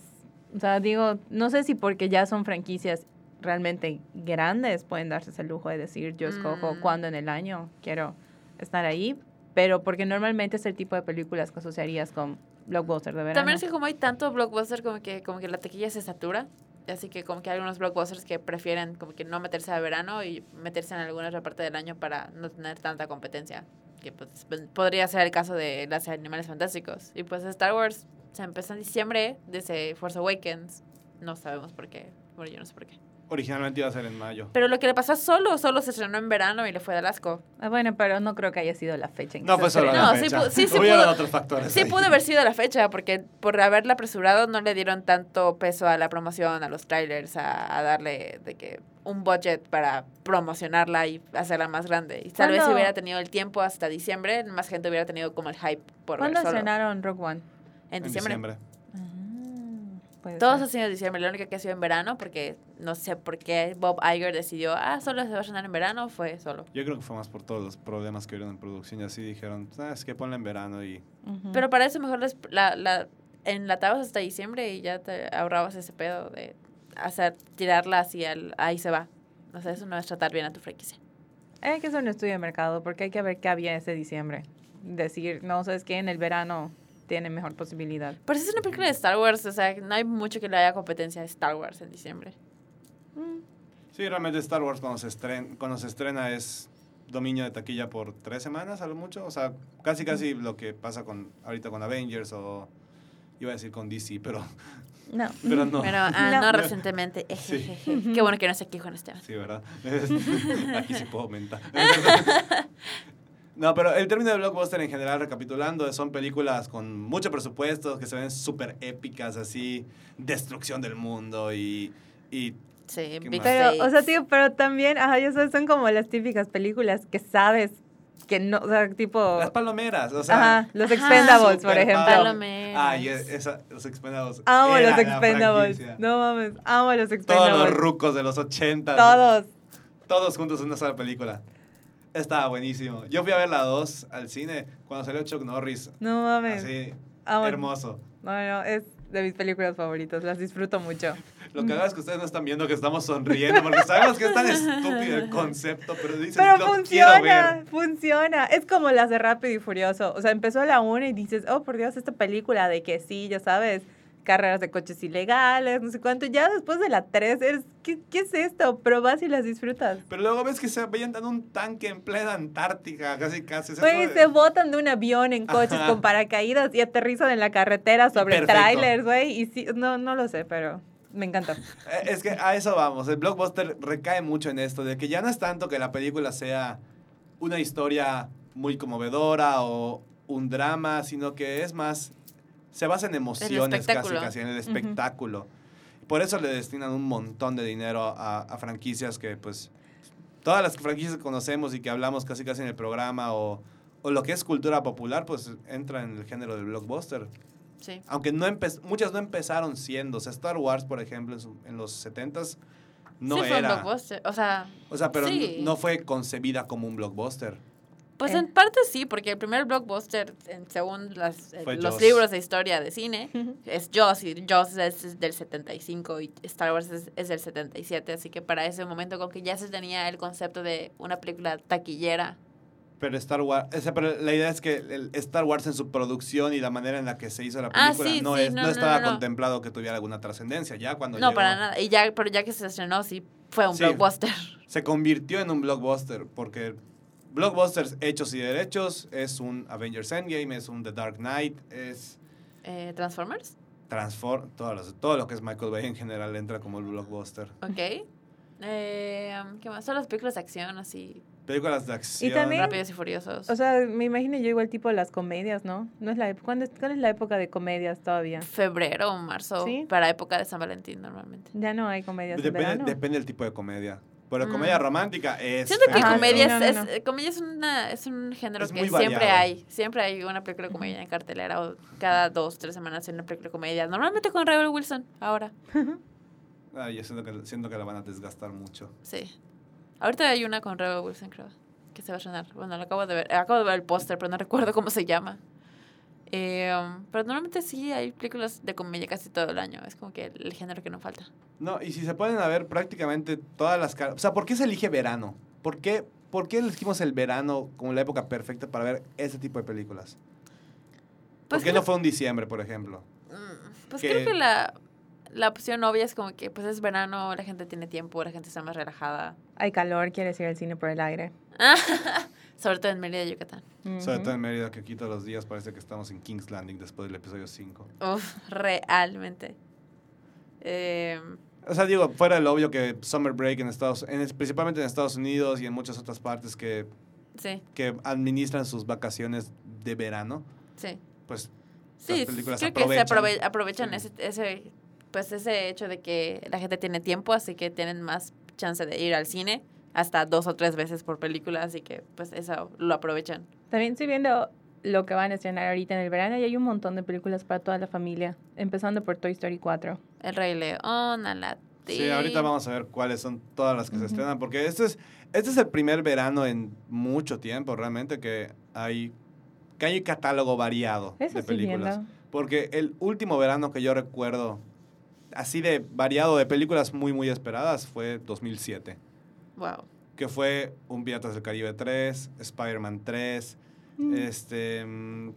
o sea, digo, no sé si porque ya son franquicias realmente grandes pueden darse ese lujo de decir, yo escojo Mm. cuándo en el año quiero estar ahí, pero porque normalmente es el tipo de películas que asociarías con Blockbuster de verano. También es que como hay tanto blockbuster como que, como que la tequilla se satura. Así que como que hay algunos blockbusters que prefieren como que no meterse a verano y meterse en alguna otra parte del año para no tener tanta competencia. Que pues, pen- podría ser el caso de las Animales Fantásticos. Y pues Star Wars se empezó en diciembre desde Force Awakens. No sabemos por qué. Bueno, yo no sé por qué. Originalmente iba a ser en mayo. Pero lo que le pasó a Solo, Solo se estrenó en verano y le fue de asco. Ah, bueno, pero no creo que haya sido la fecha en que No se fue solo estrenó. la No, pues, sí fecha. pu- sí, sí Hubieron pudo- otros factores. Pues Sí ahí. pudo haber sido la fecha, porque por haberla apresurado no le dieron tanto peso a la promoción, a los trailers, a, a darle de que un budget para promocionarla y hacerla más grande. Y tal vez si ¿Cuándo? hubiera tenido el tiempo hasta diciembre, más gente hubiera tenido como el hype por ver ¿Cuándo solo. estrenaron Rock One? En diciembre. Puede Ah, Todos ser. ha sido en diciembre, la única que ha sido en verano, porque no sé por qué Bob Iger decidió, ah, solo se va a sonar en verano, fue solo. Yo creo que fue más por todos los problemas que hubieron en producción y así dijeron, "Ah, es que ponla en verano y Ujú. Pero para eso mejor las- la, la enlatabas hasta diciembre y ya te ahorrabas ese pedo de hacer tirarla hacia el ahí se va. O sea, eso no es tratar bien a tu franquicia. Hay que hacer un estudio de mercado porque hay que ver qué había ese diciembre. Decir, no, sabes que en el verano tiene mejor posibilidad. Pero si es una película de Star Wars, o sea, no hay mucho que le haya competencia a Star Wars en diciembre. Mm, Sí, realmente Star Wars cuando se, estrena, cuando se estrena es dominio de taquilla por tres semanas a lo mucho. O sea, casi casi lo que pasa con ahorita con Avengers o iba a decir con DC, pero, <laughs> No. pero no. Pero ah, No. no. recientemente. Sí. Qué bueno que no esté aquí Juan Esteban. Sí, ¿verdad? <laughs> Aquí sí puedo aumentar. No, pero el término de blockbuster en general, recapitulando, son películas con mucho presupuesto, que se ven súper épicas, así, destrucción del mundo y, y Sí, Qué Big mal. Pero, o sea, Stakes. tío, pero también, ajá, ya sabes, son como las típicas películas que sabes que no, o sea, tipo, las palomeras, o sea... ajá, los Ajá. Expendables, por Super ejemplo. Palo- Palomeras. Ay, e- esa, los expendables. Amo los Era la franquicia. Expendables. No mames, amo los Todos los Expendables. rucos de los 80. Todos. Todos juntos en una sola película. Estaba buenísimo. Yo fui a ver la 2 al cine cuando salió Chuck Norris. No mames. Así, amo. hermoso. No, no, es de mis películas favoritas, las disfruto mucho. Lo que hago es que ustedes no están viendo que estamos sonriendo, porque sabemos que es tan estúpido <laughs> el concepto, pero dicen, Pero lo quiero funciona, ver. funciona. Es como las de Rápido y Furioso. O sea, empezó la una y dices, oh, por Dios, esta película de que sí, ya sabes, carreras de coches ilegales, no sé cuánto. Ya después de la tres, eres, ¿qué, qué es esto? Pero vas y las disfrutas. Pero luego ves que se avientan un tanque en plena Antártica, casi casi. Es Güey, como de- se botan de un avión en coches Ajá. con paracaídas y aterrizan en la carretera sobre Perfecto. trailers, güey. Y sí, no, no lo sé, pero me encanta. Eh, Es que a eso vamos. El blockbuster recae mucho en esto, de que ya no es tanto que la película sea una historia muy conmovedora o un drama, sino que es más, se basa en emociones casi, espectáculo. casi, en el espectáculo. Por eso le destinan un montón de dinero a, a franquicias que, pues, todas las franquicias que conocemos y que hablamos casi, casi en el programa o, o lo que es cultura popular, pues, entra en el género del blockbuster Sí. aunque no empe- muchas no empezaron siendo. O sea, Star Wars, por ejemplo, en, su- en los 70s no sí, fue un era. blockbuster. O sea, O sea, pero Sí. n- no fue concebida como un blockbuster. Pues Eh. en parte sí, porque el primer blockbuster, en- según las, eh, Fue los Jaws. libros de historia de cine, es Jaws, y Jaws es, es del 75 y Star Wars es, es del 77, así que para ese momento como que ya se tenía el concepto de una película taquillera. Pero Star Wars, pero la idea es que el Star Wars en su producción y la manera en la que se hizo la Ah, película sí, no, sí, es, no, no, no, estaba no, no. contemplado que tuviera alguna trascendencia. Ya cuando No, llegó, para nada. Y ya, pero ya que se estrenó, sí fue un Sí. blockbuster. se convirtió en un blockbuster porque blockbusters hechos y derechos es un Avengers Endgame, es un The Dark Knight, es Eh, Transformers, Transform, todo lo, todo lo que es Michael Bay en general entra como el blockbuster. ok. Eh, ¿Qué más? Son las películas de acción, así, Películas de acción. también- rápidos y furiosos. O sea, me imagino yo igual tipo las comedias, ¿no? no es la ép- ¿Cuándo es, ¿Cuál es la época de comedias todavía? febrero o marzo, Sí. para época de San Valentín normalmente. Ya no hay comedias en Depende, verano. depende del tipo de comedia. Pero Mm. comedia romántica es. Siento que Ajá, comedia, no, no, es, no. es- comedia es, una, es un género Es que muy siempre variado. hay. Siempre hay una película de comedia en cartelera o cada dos, tres semanas hay una película de comedia. Normalmente con Rebel Wilson, ahora. Ay, yo siento que, siento que la van a desgastar mucho. Sí. Ahorita hay una con Rebel Wilson, creo, que se va a estrenar. Bueno, lo acabo de ver. Acabo de ver el póster, pero no recuerdo cómo se llama. Eh, pero normalmente sí hay películas de comedia casi todo el año. Es como que el, el género que no falta. No, y si se ponen a ver prácticamente todas las caras. O sea, ¿por qué se elige verano? ¿Por qué, ¿Por qué elegimos el verano como la época perfecta para ver ese tipo de películas? ¿Por Pues qué creo- no fue un diciembre, por ejemplo? mm, Pues que- creo que la, la opción obvia es como que pues es verano, la gente tiene tiempo, la gente está más relajada. Hay calor, quieres ir al cine por el aire. Sobre todo en Mérida, Yucatán. Sobre Ujú. todo en Mérida, que aquí todos los días parece que estamos en King's Landing después del episodio 5. Uf, realmente. Eh, O sea, digo, fuera del obvio que Summer Break en Estados en- principalmente en Estados Unidos y en muchas otras partes que, sí, que administran sus vacaciones de verano, sí. pues Sí, películas creo que se aprovechan. aprove- aprovechan Sí. ese, ese, pues ese hecho de que la gente tiene tiempo, así que tienen más chance de ir al cine hasta dos o tres veces por película, así que pues eso lo aprovechan. También estoy viendo lo que van a estrenar ahorita en el verano y hay un montón de películas para toda la familia, empezando por Toy Story 4. El Rey León, Aladdin. Sí, ahorita vamos a ver cuáles son todas las que se Ujú. estrenan, porque este es, este es el primer verano en mucho tiempo, realmente, que hay, que hay un catálogo variado Eso de estoy películas. viendo. Porque el último verano que yo recuerdo, así de variado de películas muy, muy esperadas, fue 2007, Wow. que fue Un Piratas del Caribe 3, Spider-Man 3, Mm. este... mm,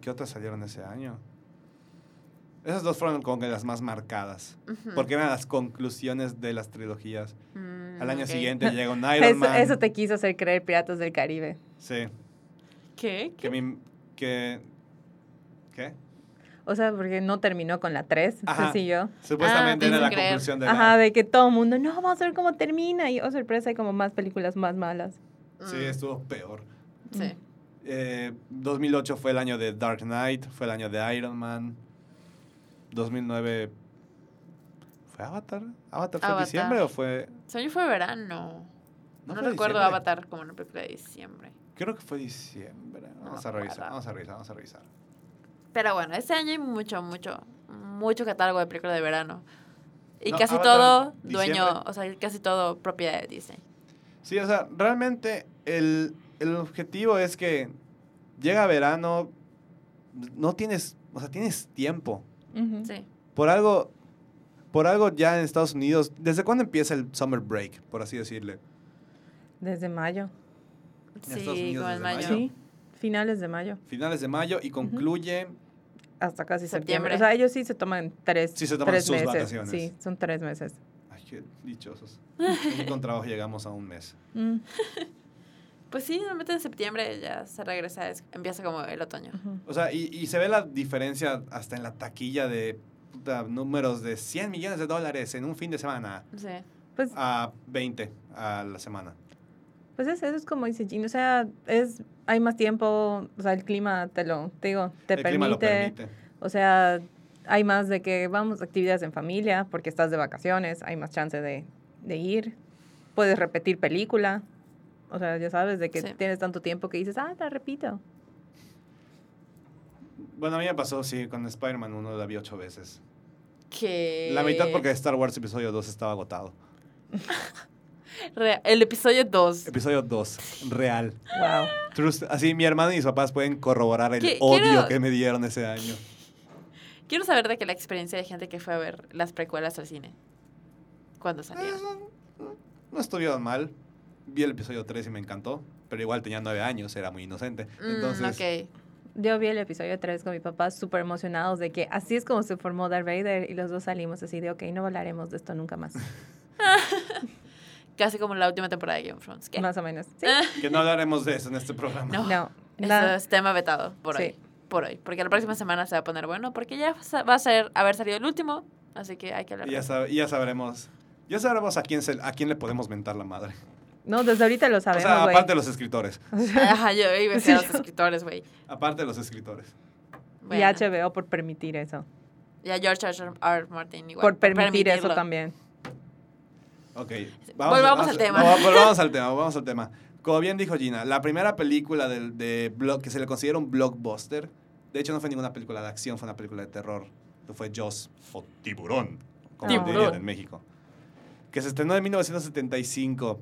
¿Qué otras salieron ese año? Esas dos fueron como que las más marcadas. Ujú. Porque eran las conclusiones de las trilogías. Mm, Al año ok. <laughs> siguiente llega un Iron Eso, Man. eso te quiso hacer creer Piratas del Caribe. Sí. ¿Qué? Que mi- que- ¿Qué? O sea, porque no terminó con la 3, Ajá. así yo. Supuestamente Ah, era te la hizo creer. conclusión de la... Ajá, de que todo el mundo, no, vamos a ver cómo termina. Y, oh, sorpresa, hay como más películas más malas. Sí, Mm, estuvo peor. Sí. Eh, 2008 fue el año de Dark Knight, fue el año de Iron Man. 2009... ¿Fue Avatar? ¿Avatar fue en Avatar. diciembre o fue...? Según yo fue verano. No, fue recuerdo diciembre. Avatar como una película de diciembre. Creo que fue diciembre. No Vamos me a revisar, acuerdo. vamos a revisar, vamos a revisar. Pero bueno, este año hay mucho, mucho, mucho catálogo de películas de verano. Y No, casi Avatar, todo dueño, diciembre. o sea, casi todo propiedad de Disney. Sí, o sea, realmente el, el objetivo es que llega verano, no tienes, o sea, tienes tiempo. Ujú. Sí. Por algo, por algo ya en Estados Unidos, ¿desde cuándo empieza el summer break, por así decirle? Desde mayo. Estados Sí, Unidos como en desde mayo. mayo. Sí, finales de mayo. Finales de mayo y concluye, Hasta casi septiembre. Septiembre. O sea, ellos sí se toman tres, Sí, se toman tres sus meses. vacaciones. Sí, son tres meses. ay, qué dichosos. Aquí con trabajo llegamos a un mes. Mm, Pues sí, normalmente en septiembre ya se regresa, es- empieza como el otoño. ujú. O sea, y, y se ve la diferencia hasta en la taquilla de puta, números de 100 millones de dólares en un fin de semana Sí. Pues, a 20 a la semana. pues es, eso es como dice Jean. O sea, es, hay más tiempo. O sea, el clima te lo, te digo, te el clima lo permite. O sea, hay más de que vamos actividades en familia porque estás de vacaciones, hay más chance de, de ir. Puedes repetir película. O sea, ya sabes de que Sí. tienes tanto tiempo que dices, ah, la repito. Bueno, a mí me pasó, sí, con Spider-Man 1 la vi ocho veces. Que... La mitad porque Star Wars Episodio 2 estaba agotado. Re- el episodio 2. Episodio 2, real. Wow. True st- así mi hermano y mis papás pueden corroborar el Que- odio quiero- que me dieron ese año. Quiero saber de que la experiencia de gente que fue a ver las precuelas al cine. Cuando salieron. Eh, No estuvieron mal. Vi el episodio 3 y me encantó. Pero igual tenía nueve años, era muy inocente. Mm, Entonces, ok. Yo vi el episodio 3 con mi papá súper emocionados de que así es como se formó Darth Vader y los dos salimos así de, ok, no hablaremos de esto nunca más. Casi como la última temporada de Game of Thrones. ¿qué? Más o menos. Sí. que no hablaremos de eso en este programa. No. No. Eso nada. es tema vetado por Sí. hoy. Por hoy. Porque la próxima semana se va a poner bueno. Porque ya sa- va a ser haber salido el último. Así que hay que hablar. Y de ya, eso. sab- y ya sabremos. Ya sabremos a quién, se- a quién le podemos mentar la madre. No, desde ahorita lo o sea, sabemos, güey. aparte de los escritores. <laughs> Ajá, yo iba a decir a Sí, los yo- escritores, güey. Aparte de los escritores. Y Bueno, HBO por permitir eso. y a George R. R. Martin igual. por permitir eso permitirlo. también. Ok. Volvamos al tema. no, volvamos <laughs> al tema, volvamos al tema. Como bien dijo Gina, la primera película del- de, block, que se le considera un blockbuster, de hecho no fue ninguna película de acción, fue una película de terror, que fue Jaws o Tiburón, como Tiburón. dirían en México, que se estrenó en 1975.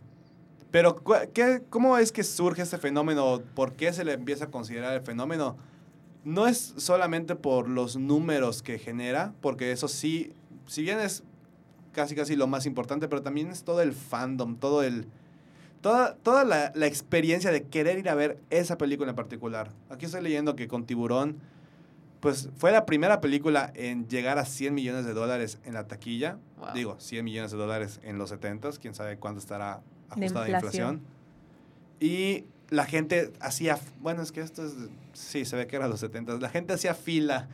Pero, cu- ¿qué, ¿cómo es que surge este fenómeno? ¿Por qué se le empieza a considerar el fenómeno? No es solamente por los números que genera, porque eso sí, si bien es casi casi lo más importante, pero también es todo el fandom, todo el toda, toda la, la experiencia de querer ir a ver esa película en particular. Aquí estoy leyendo que con Tiburón, pues fue la primera película en llegar a 100 millones de dólares en la taquilla. Wow. Digo, 100 millones de dólares en los 70s, quién sabe cuándo estará De ajustada a inflación. inflación. Y la gente hacía, bueno, es que esto es, sí, se ve que era los 70s, la gente hacía fila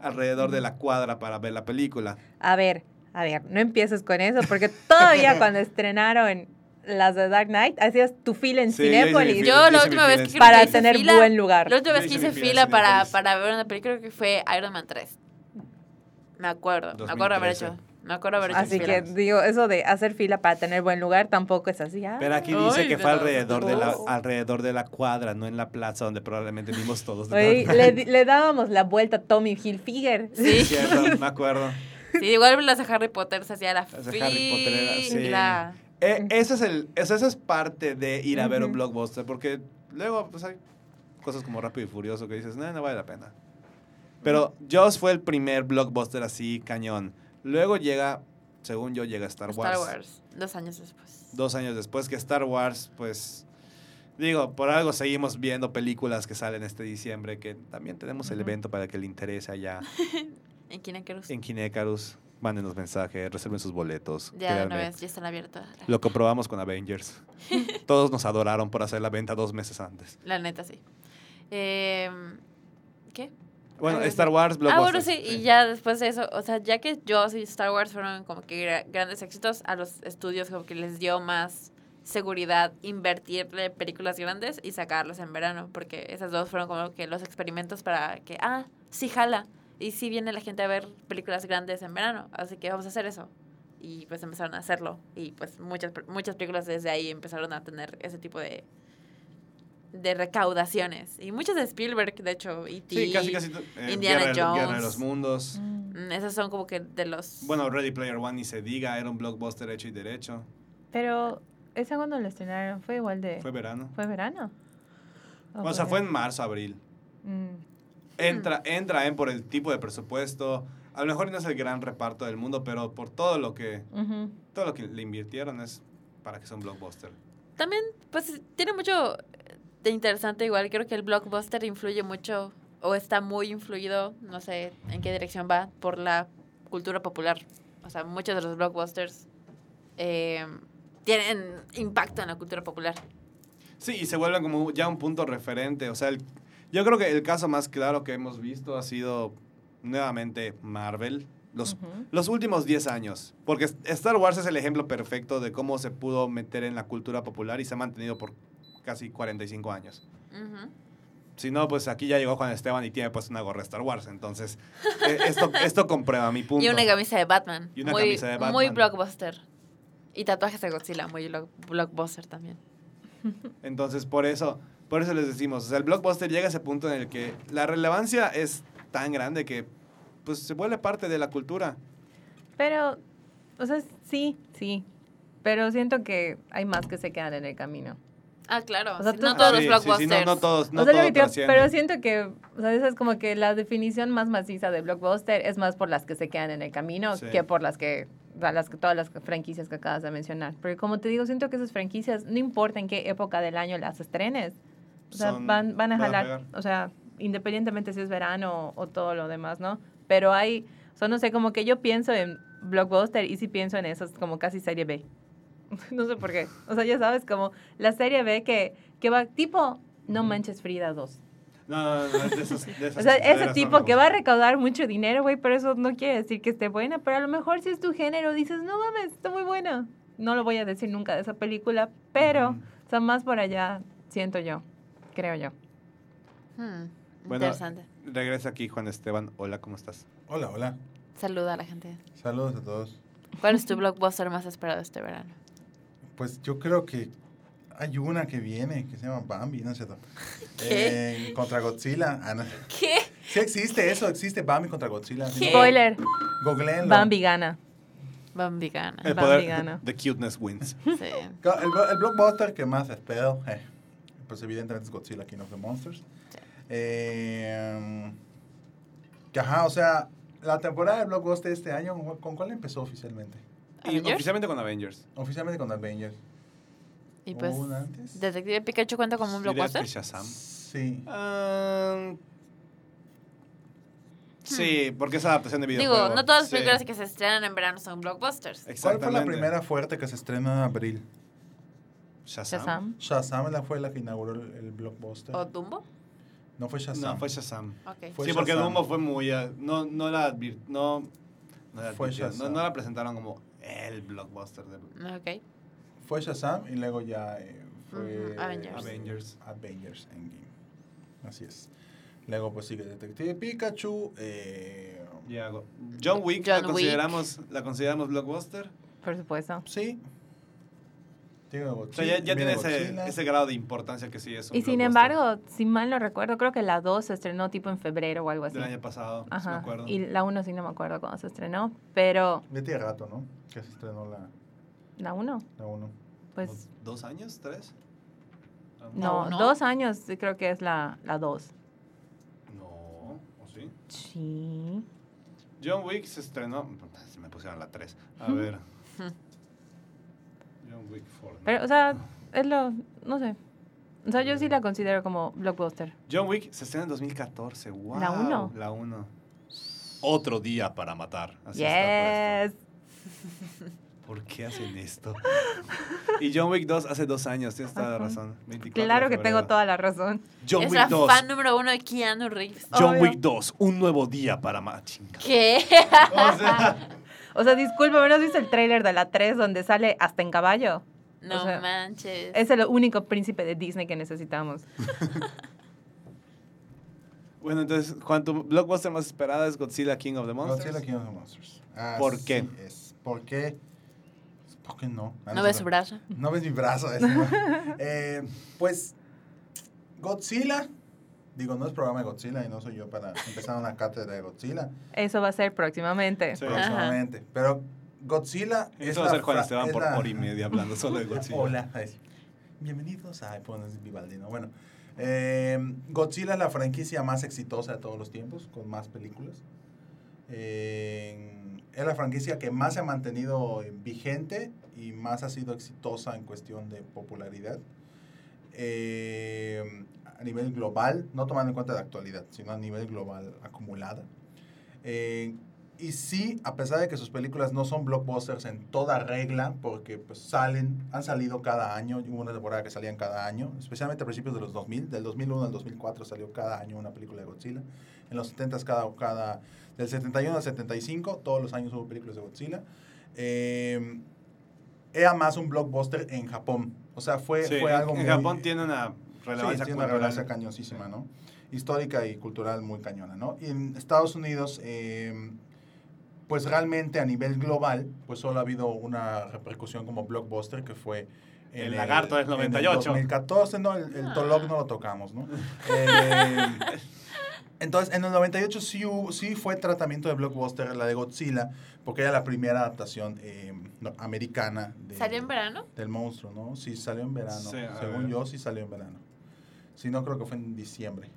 alrededor de la cuadra para ver la película. A ver, a ver, no empieces con eso, porque <laughs> todavía cuando estrenaron las de Dark Knight, hacías tu fila en Sí, yo hice mi Cinépolis fila. Yo hice la mi última fila vez en que Cinépolis. para hice tener fila- buen lugar. La última Yo vez que hice mi hice fila en fila para, Cinépolis. para ver una película creo que fue Iron Man 3. Me acuerdo, me acuerdo haber hecho. Me acuerdo haber hecho Así fila. que digo, eso de hacer fila para tener buen lugar tampoco es así. ah. Pero aquí Ay, dice que fue pero- alrededor de, la, Oh. alrededor de la cuadra, no en la plaza donde probablemente vimos todos. de Oye, Dark le, Knight. di- le dábamos la vuelta a Tommy Hilfiger. <laughs> Sí, Sí, sí, cierto, me acuerdo. igual las de Harry Potter se hacía la Las de Harry Potter era- sí. fila. Eh, ese es el, eso, eso es parte de ir a ver Mm. un Ujú. blockbuster, porque luego pues, hay cosas como Rápido y Furioso que dices, no, no vale la pena. Pero Jaws fue el primer blockbuster así, cañón. Luego llega, según yo, llega Star Wars. Star Wars, dos años después. Dos años después que Star Wars, pues... Digo, por algo seguimos viendo películas que salen este diciembre, que también tenemos el Ujú. evento para que le interese allá. ¿En Kinecarus? en Kinecarus. Mándenos mensajes, reserven sus boletos. Ya de una créanme. vez, ya están abiertas. Lo comprobamos con <laughs> Avengers. Todos nos adoraron por hacer la venta dos meses antes. La neta, sí. Eh, ¿Qué? Bueno, Ah, Star Wars, Ah, Blockbuster. bueno, sí, y ya después de eso, o sea, ya que Jaws y Star Wars fueron como que gra- grandes éxitos, a los estudios como que les dio más seguridad invertirle en películas grandes y sacarlas en verano, porque esas dos fueron como que los experimentos para que, ah, sí jala, y sí viene la gente a ver películas grandes en verano, así que vamos a hacer eso. Y pues empezaron a hacerlo, y pues muchas, pe- muchas películas desde ahí empezaron a tener ese tipo de de recaudaciones y muchas de Spielberg de hecho E y Sí, casi, casi. eh, Indiana Guerra, de- Jones. Guerra de los Mundos. Mm, Esos son como que de los. Bueno, Ready Player One ni se diga, era un blockbuster hecho y derecho. Pero esa cuando la estrenaron fue igual de... Fue ¿Fue, verano. verano? o sea, fue en marzo, abril. Mm. Entra, entra en por el tipo de presupuesto. A lo mejor no es el gran reparto del mundo, pero por todo lo que, Ujú. todo lo que le invirtieron es para que sea un blockbuster. También, pues, tiene mucho de interesante. Igual creo que el blockbuster influye mucho o está muy influido, no sé en qué dirección va, por la cultura popular. O sea, muchos de los blockbusters eh, tienen impacto en la cultura popular. Sí, y se vuelven como ya un punto referente. O sea, el- yo creo que el caso más claro que hemos visto ha sido nuevamente Marvel. Los, Ujú. los últimos 10 años. Porque Star Wars es el ejemplo perfecto de cómo se pudo meter en la cultura popular y se ha mantenido por casi 45 años. Ujú. Si no, pues aquí ya llegó Juan Esteban y tiene pues una gorra de Star Wars. Entonces, eh, <laughs> esto, esto comprueba mi punto. Y una camisa de Batman. Y una muy, camisa de Muy Batman. blockbuster. Y tatuajes de Godzilla, muy lo- blockbuster también. Entonces, por eso, por eso les decimos, o sea, el blockbuster llega a ese punto en el que la relevancia es tan grande que pues se vuelve parte de la cultura. Pero, o sea, sí, sí. Pero siento que hay más que se quedan en el camino. Ah, claro. O sea, sí, tú- no Ah, todos Sí, los blockbusters. sí, sí, no, no todos, no O sea, lo todo que te digo, trasciende. pero siento que, o sea, esa es como que la definición más maciza de blockbuster es más por las que se quedan en el camino Sí. que por las que, o sea, las, que- todas las franquicias que acabas de mencionar. Porque como te digo, siento que esas franquicias, no importa en qué época del año las estrenes, o sea, Son- van, van a jalar, pegar. o sea, independientemente si es verano o, o todo lo demás, ¿no? Pero hay, o sea, no sé, como que yo pienso en blockbuster y sí pienso en esas como casi serie B. <laughs> no sé por qué. O sea, ya sabes, como la serie B que, que va tipo, no manches Frida 2. No, no, no, de esas- de esas <laughs> O sea, chingaderas ese no tipo me que va a gustan. recaudar mucho dinero, güey, pero eso no quiere decir que esté buena. Pero a lo mejor si es tu género, dices, no mames, está muy buena. No lo voy a decir nunca de esa película, pero, Ujú. o sea, más por allá, siento yo, creo yo. Hmm, Bueno, Interesante. Regresa aquí Juan Esteban. Hola, ¿cómo estás? Hola, hola. Saluda a la gente. Saludos a todos. ¿Cuál es tu blockbuster más esperado este verano? Pues yo creo que hay una que viene, que se llama Bambi, ¿no es cierto? <laughs> ¿Qué? Eh, contra Godzilla. Ah, no. ¿Qué? Sí existe eso, existe Bambi contra Godzilla. ¿Qué? Spoiler, Googleenlo. Bambi gana. Bambi gana. El Eh, Bambi poder gana. de cuteness wins. Sí. Go- El, blo- el blockbuster que más espero, eh, pues evidentemente es Godzilla King of the Monsters. Eh, que ajá, o sea, la temporada de blockbuster este año, ¿con- ¿con cuál empezó oficialmente? Y ¿Avengers? oficialmente con Avengers. Oficialmente con Avengers. Y ¿Hubo pues, una antes? ¿Detective Pikachu cuenta como un Dirías que blockbuster? Shazam. Sí. Ah, sí, porque es adaptación de videojuego. Digo, no todas las sí. películas que se estrenan en verano son blockbusters. ¿Cuál fue la Exactamente. primera fuerte que se estrenó en abril? Shazam. Shazam. Shazam la fue la que inauguró el, el blockbuster. ¿O Dumbo? no fue Shazam. No, fue Shazam. Ok. Fue sí, porque Shazam. Dumbo fue muy... eh, No, no la advir- No, no, la Fue advirtieron, no, Shazam. no la presentaron como el blockbuster de Ok. Fue Shazam y luego ya eh, fue Ujú, Avengers. Avengers. Avengers Endgame. Así es. Luego pues sigue Detective Pikachu. eh, Ya, go- John Wick, John la, Wick. consideramos, la consideramos blockbuster. Por supuesto. Sí. Llega O sea, ya, ya Godzilla, tiene viene ese, Godzilla. ese grado de importancia que sí es un Y sin blockbuster embargo, si mal no recuerdo, creo que la 2 se estrenó tipo en febrero o algo así. Del año pasado, si me pues Ajá. acuerdo. Y la 1 sí no me acuerdo cuándo se estrenó, pero Ya tiene rato, ¿no? Que se estrenó la, la 1, la 1. pues ¿Dos años? ¿Tres? no, ¿no? dos años sí creo que es la 2. No, ¿o sí? sí. John Wick se estrenó. Se me pusieron la 3. A ver. <laughs> John Wick 4. Pero, o sea, es lo, no sé. O sea, yo sí la considero como blockbuster. John Wick se estrenó en 2014. Wow, La uno. La 1. Otro día para matar. Así está yes. puesto. ¿Por qué hacen esto? y John Wick 2 hace dos años. Tienes toda la Ajá. razón. 24 de Claro que tengo febrero. toda la razón. John es la Wick 2. fan número uno de Keanu Reeves. John Obvio. Wick 2. Un nuevo día para matar. <laughs> Chinga. ¿Qué? <laughs> O sea, O sea, disculpa, ¿no has visto el tráiler de la 3 donde sale hasta en caballo? No O sea, manches. Es el único príncipe de Disney que necesitamos. bueno, entonces, ¿cuánto blockbuster más esperada es Godzilla King of the Monsters? Godzilla King of the Monsters. Ah, ¿Por sí qué? Es. ¿Por qué? ¿Por qué no? Ah, ¿No ves sé. su brazo? No ves mi brazo. ese, ¿no? Eh, pues Godzilla. Digo, no es programa de Godzilla y no soy yo para empezar una cátedra de Godzilla Eso va a ser próximamente. Sí. próximamente. Pero Godzilla es Eso va a la ser Juan fra- Esteban es por la- hora y media hablando solo de Godzilla. Hola. es- Bienvenidos a Pones Vivaldino. Bueno, eh, Godzilla es la franquicia más exitosa de todos los tiempos, con más películas. Eh, es la franquicia que más se ha mantenido eh, vigente y más ha sido exitosa en cuestión de popularidad. Eh, a nivel global, no tomando en cuenta la actualidad, sino a nivel global acumulada. Eh, y sí, a pesar de que sus películas no son blockbusters en toda regla, porque pues salen, han salido cada año, hubo una temporada que salían cada año, especialmente a principios de los 2000, del 2001 al 2004 salió cada año una película de Godzilla, en los 70 cada, cada, del 71 al 75, todos los años hubo películas de Godzilla. Eh, era más un blockbuster en Japón, o sea, fue, Sí, fue en- algo en muy- Japón tiene una Sí, relevancia tiene una cultural. relevancia cañosísima, ¿no? Histórica y cultural muy cañona, ¿no? Y en Estados Unidos, eh, pues realmente a nivel global, pues solo ha habido una repercusión como blockbuster que fue... en El lagarto del en el 98. 2014, no, el, Ah. el Tolok no lo tocamos, <laughs> ¿no? Eh, entonces, en el 98 sí, hubo- sí fue tratamiento de blockbuster, la de Godzilla, porque era la primera adaptación eh, no- americana. De, ¿Salió en verano? del monstruo, ¿no? Sí salió en verano. Sí, a Según ver. yo, sí salió en verano. Si no, creo que fue en diciembre.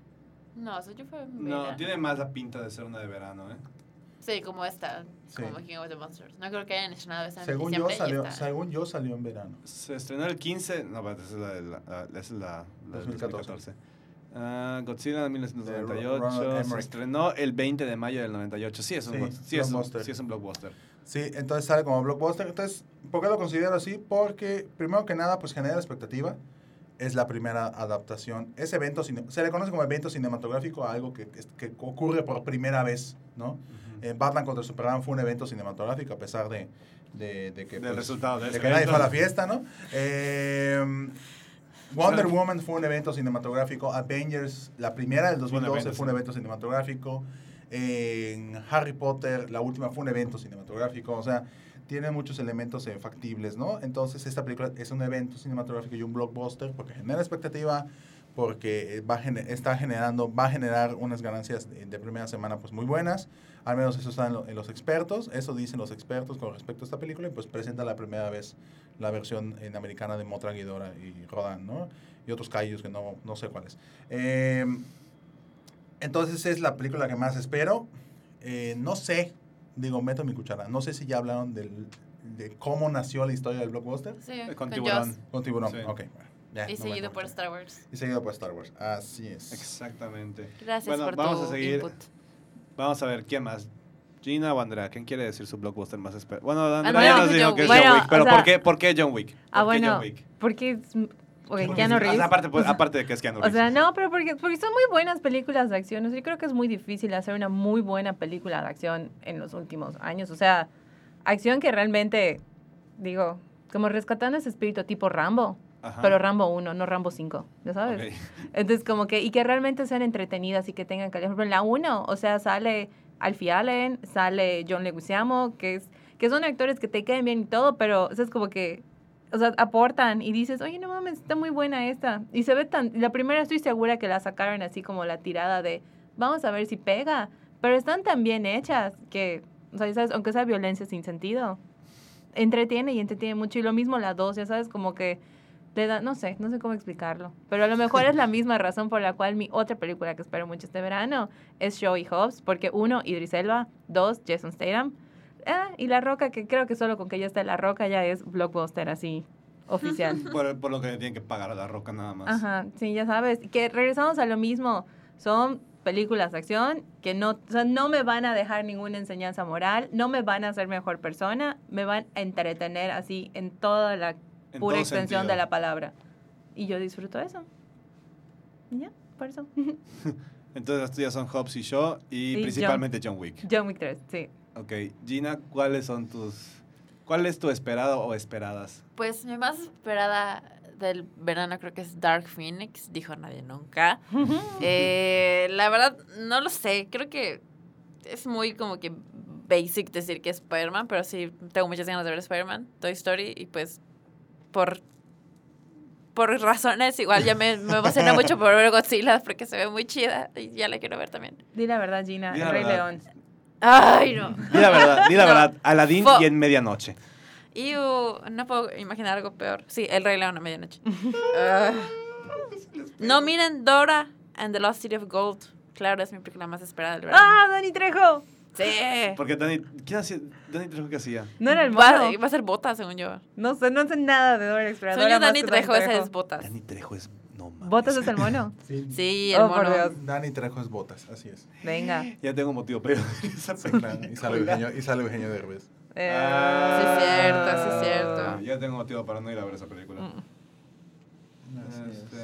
No, eso yo fue en verano. No, tiene más la pinta de ser una de verano, ¿eh? Sí, como esta, Sí. como King of the Monsters. No creo que hayan estrenado esa en Según yo, diciembre y salió, esta- según yo, salió en verano. Se estrenó el 15... No, espérate, esa es la, de la, la- esa es la, la del 2014. 2014. Ah, Godzilla de De Ronald 1998. Se Emmerich. estrenó el 20 de mayo del 98. Sí, es un, Sí, blo- sí es un- blockbuster. sí es un blockbuster. Sí, entonces sale como blockbuster. Entonces, ¿por qué lo considero así? Porque, primero que nada, pues genera expectativa. Es la primera adaptación. Ese evento cine- se le conoce como evento cinematográfico a algo que, que ocurre por primera vez, ¿no? Eh, Batman contra Superman fue un evento cinematográfico a pesar de, de, de que... pues, Del resultado de de ese que nadie evento. fue a la fiesta, ¿no? Eh, Wonder Woman fue un evento cinematográfico. Avengers, la primera del Fue un 2012, evento, fue un sí. evento cinematográfico. En Harry Potter, la última fue un evento cinematográfico. O sea, tiene muchos elementos eh, factibles, ¿no? Entonces, esta película es un evento cinematográfico y un blockbuster porque genera expectativa, porque eh, va a gene- está generando, va a generar unas ganancias de, de primera semana pues muy buenas, al menos eso está en, lo- en los expertos, eso dicen los expertos con respecto a esta película y pues presenta la primera vez la versión en americana de Motra Guidora y Rodan, ¿no? Y otros callos que no, no sé cuáles. Eh, entonces es la película que más espero. Eh, no sé, digo, meto mi cuchara, no sé si ya hablaron del- de cómo nació la historia del blockbuster. Sí, Eh, con Con Jaws. tiburón. Con tiburón, Sí. ok. bueno, Y ya, no voy a seguido por comentar. Star Wars. Y seguido por Star Wars, así es. Exactamente. Gracias Bueno, por vamos tu a seguir. input. Vamos a ver, ¿quién más? Gina o Andrea, ¿quién quiere decir su blockbuster más esperado? Bueno, Ah, Andrea Andrea nos dijo dijo John que es Wick. John Bueno, Wick, pero o sea- ¿por, qué, ¿por qué John Wick? Ah, ¿Por qué bueno, John Wick? porque es... Ok, Porque Keanu es- O Reeves. sea, aparte, pues, aparte de que es Keanu O Reeves. sea, no, pero porque, porque son muy buenas películas de acción. O sea, yo creo que es muy difícil hacer una muy buena película de acción en los últimos años. O sea, acción que realmente, digo, como rescatando ese espíritu tipo Rambo, Ajá. pero Rambo 1, no Rambo 5, ¿ya sabes? Ok. Entonces, como que, y que realmente sean entretenidas y que tengan calidad. Por ejemplo, en la 1, o sea, sale Alfie Allen, sale John Leguizamo, que, es, que son actores que te caen bien y todo, pero o sea, es como que, o sea, aportan y dices, oye, no mames, está muy buena esta. Y se ve tan, la primera estoy segura que la sacaron así como la tirada de, vamos a ver si pega, pero están tan bien hechas que, o sea, ya sabes, aunque sea violencia sin sentido, entretiene y entretiene mucho. Y lo mismo la 2, ya sabes, como que le da, no sé, no sé cómo explicarlo. Pero a lo mejor es la misma razón por la cual mi otra película que espero mucho este verano es Show y Hobbs, porque uno, Idris Elba, dos, Jason Statham, ah, y La Roca, que creo que solo con que ya está La Roca ya es blockbuster así, oficial. Por, por lo que le tienen que pagar a la roca nada más. Ajá, sí, ya sabes. Que regresamos a lo mismo. Son películas de acción que no, o sea, no me van a dejar ninguna enseñanza moral, no me van a hacer mejor persona, me van a entretener así en toda la En pura todo extensión sentido. de la palabra. Y yo disfruto eso. Y ya, por <laughs> eso. Entonces las tuyas son Hobbs y Shaw y Y John. principalmente John Wick. John Wick 3, sí. Ok, Gina, ¿cuáles son tus... ¿Cuál es tu esperado o esperadas? Pues mi más esperada del verano creo que es Dark Phoenix, dijo nadie nunca. Eh, la verdad, no lo sé, creo que es muy como que basic decir que es Spider-Man, pero sí tengo muchas ganas de ver Spider-Man, Toy Story y pues por por razones igual ya me, me emociona mucho por ver Godzilla porque se ve muy chida y ya la quiero ver también. Di la verdad, Gina, Di el la Rey verdad. León. Ay, no. Di la <laughs> verdad, di la No. verdad. Aladdin Fo- y en medianoche. Y uh, no puedo imaginar algo peor. Sí, El Rey León a <laughs> medianoche. Ah. no miren Dora and the Lost City of Gold. Claro, es mi película más esperada del verano. ¡Ah, Dani Trejo! Sí. Porque Dani... ¿Quién hacía? Dani Trejo, ¿qué hacía? No era el Va, mono. va a ser Bota, según yo. No sé, no sé nada de Dora Exploradora. según yo, más Dani que Trejo, ese es Botas. Dani Trejo es... No mames. ¿Botas es el <laughs> mono? Sí, el Oh, por mono. Dios. Dani Trejo es botas, <laughs> así es. Venga. Ya tengo motivo, pero... esa Sí, película- claro, Y sale Eugenio, y sale Eugenio Derbez. Eh, Sí, cierto, sí, cierto. Ah, Ya tengo motivo para no ir a ver esa película. Mm. Así es. Este,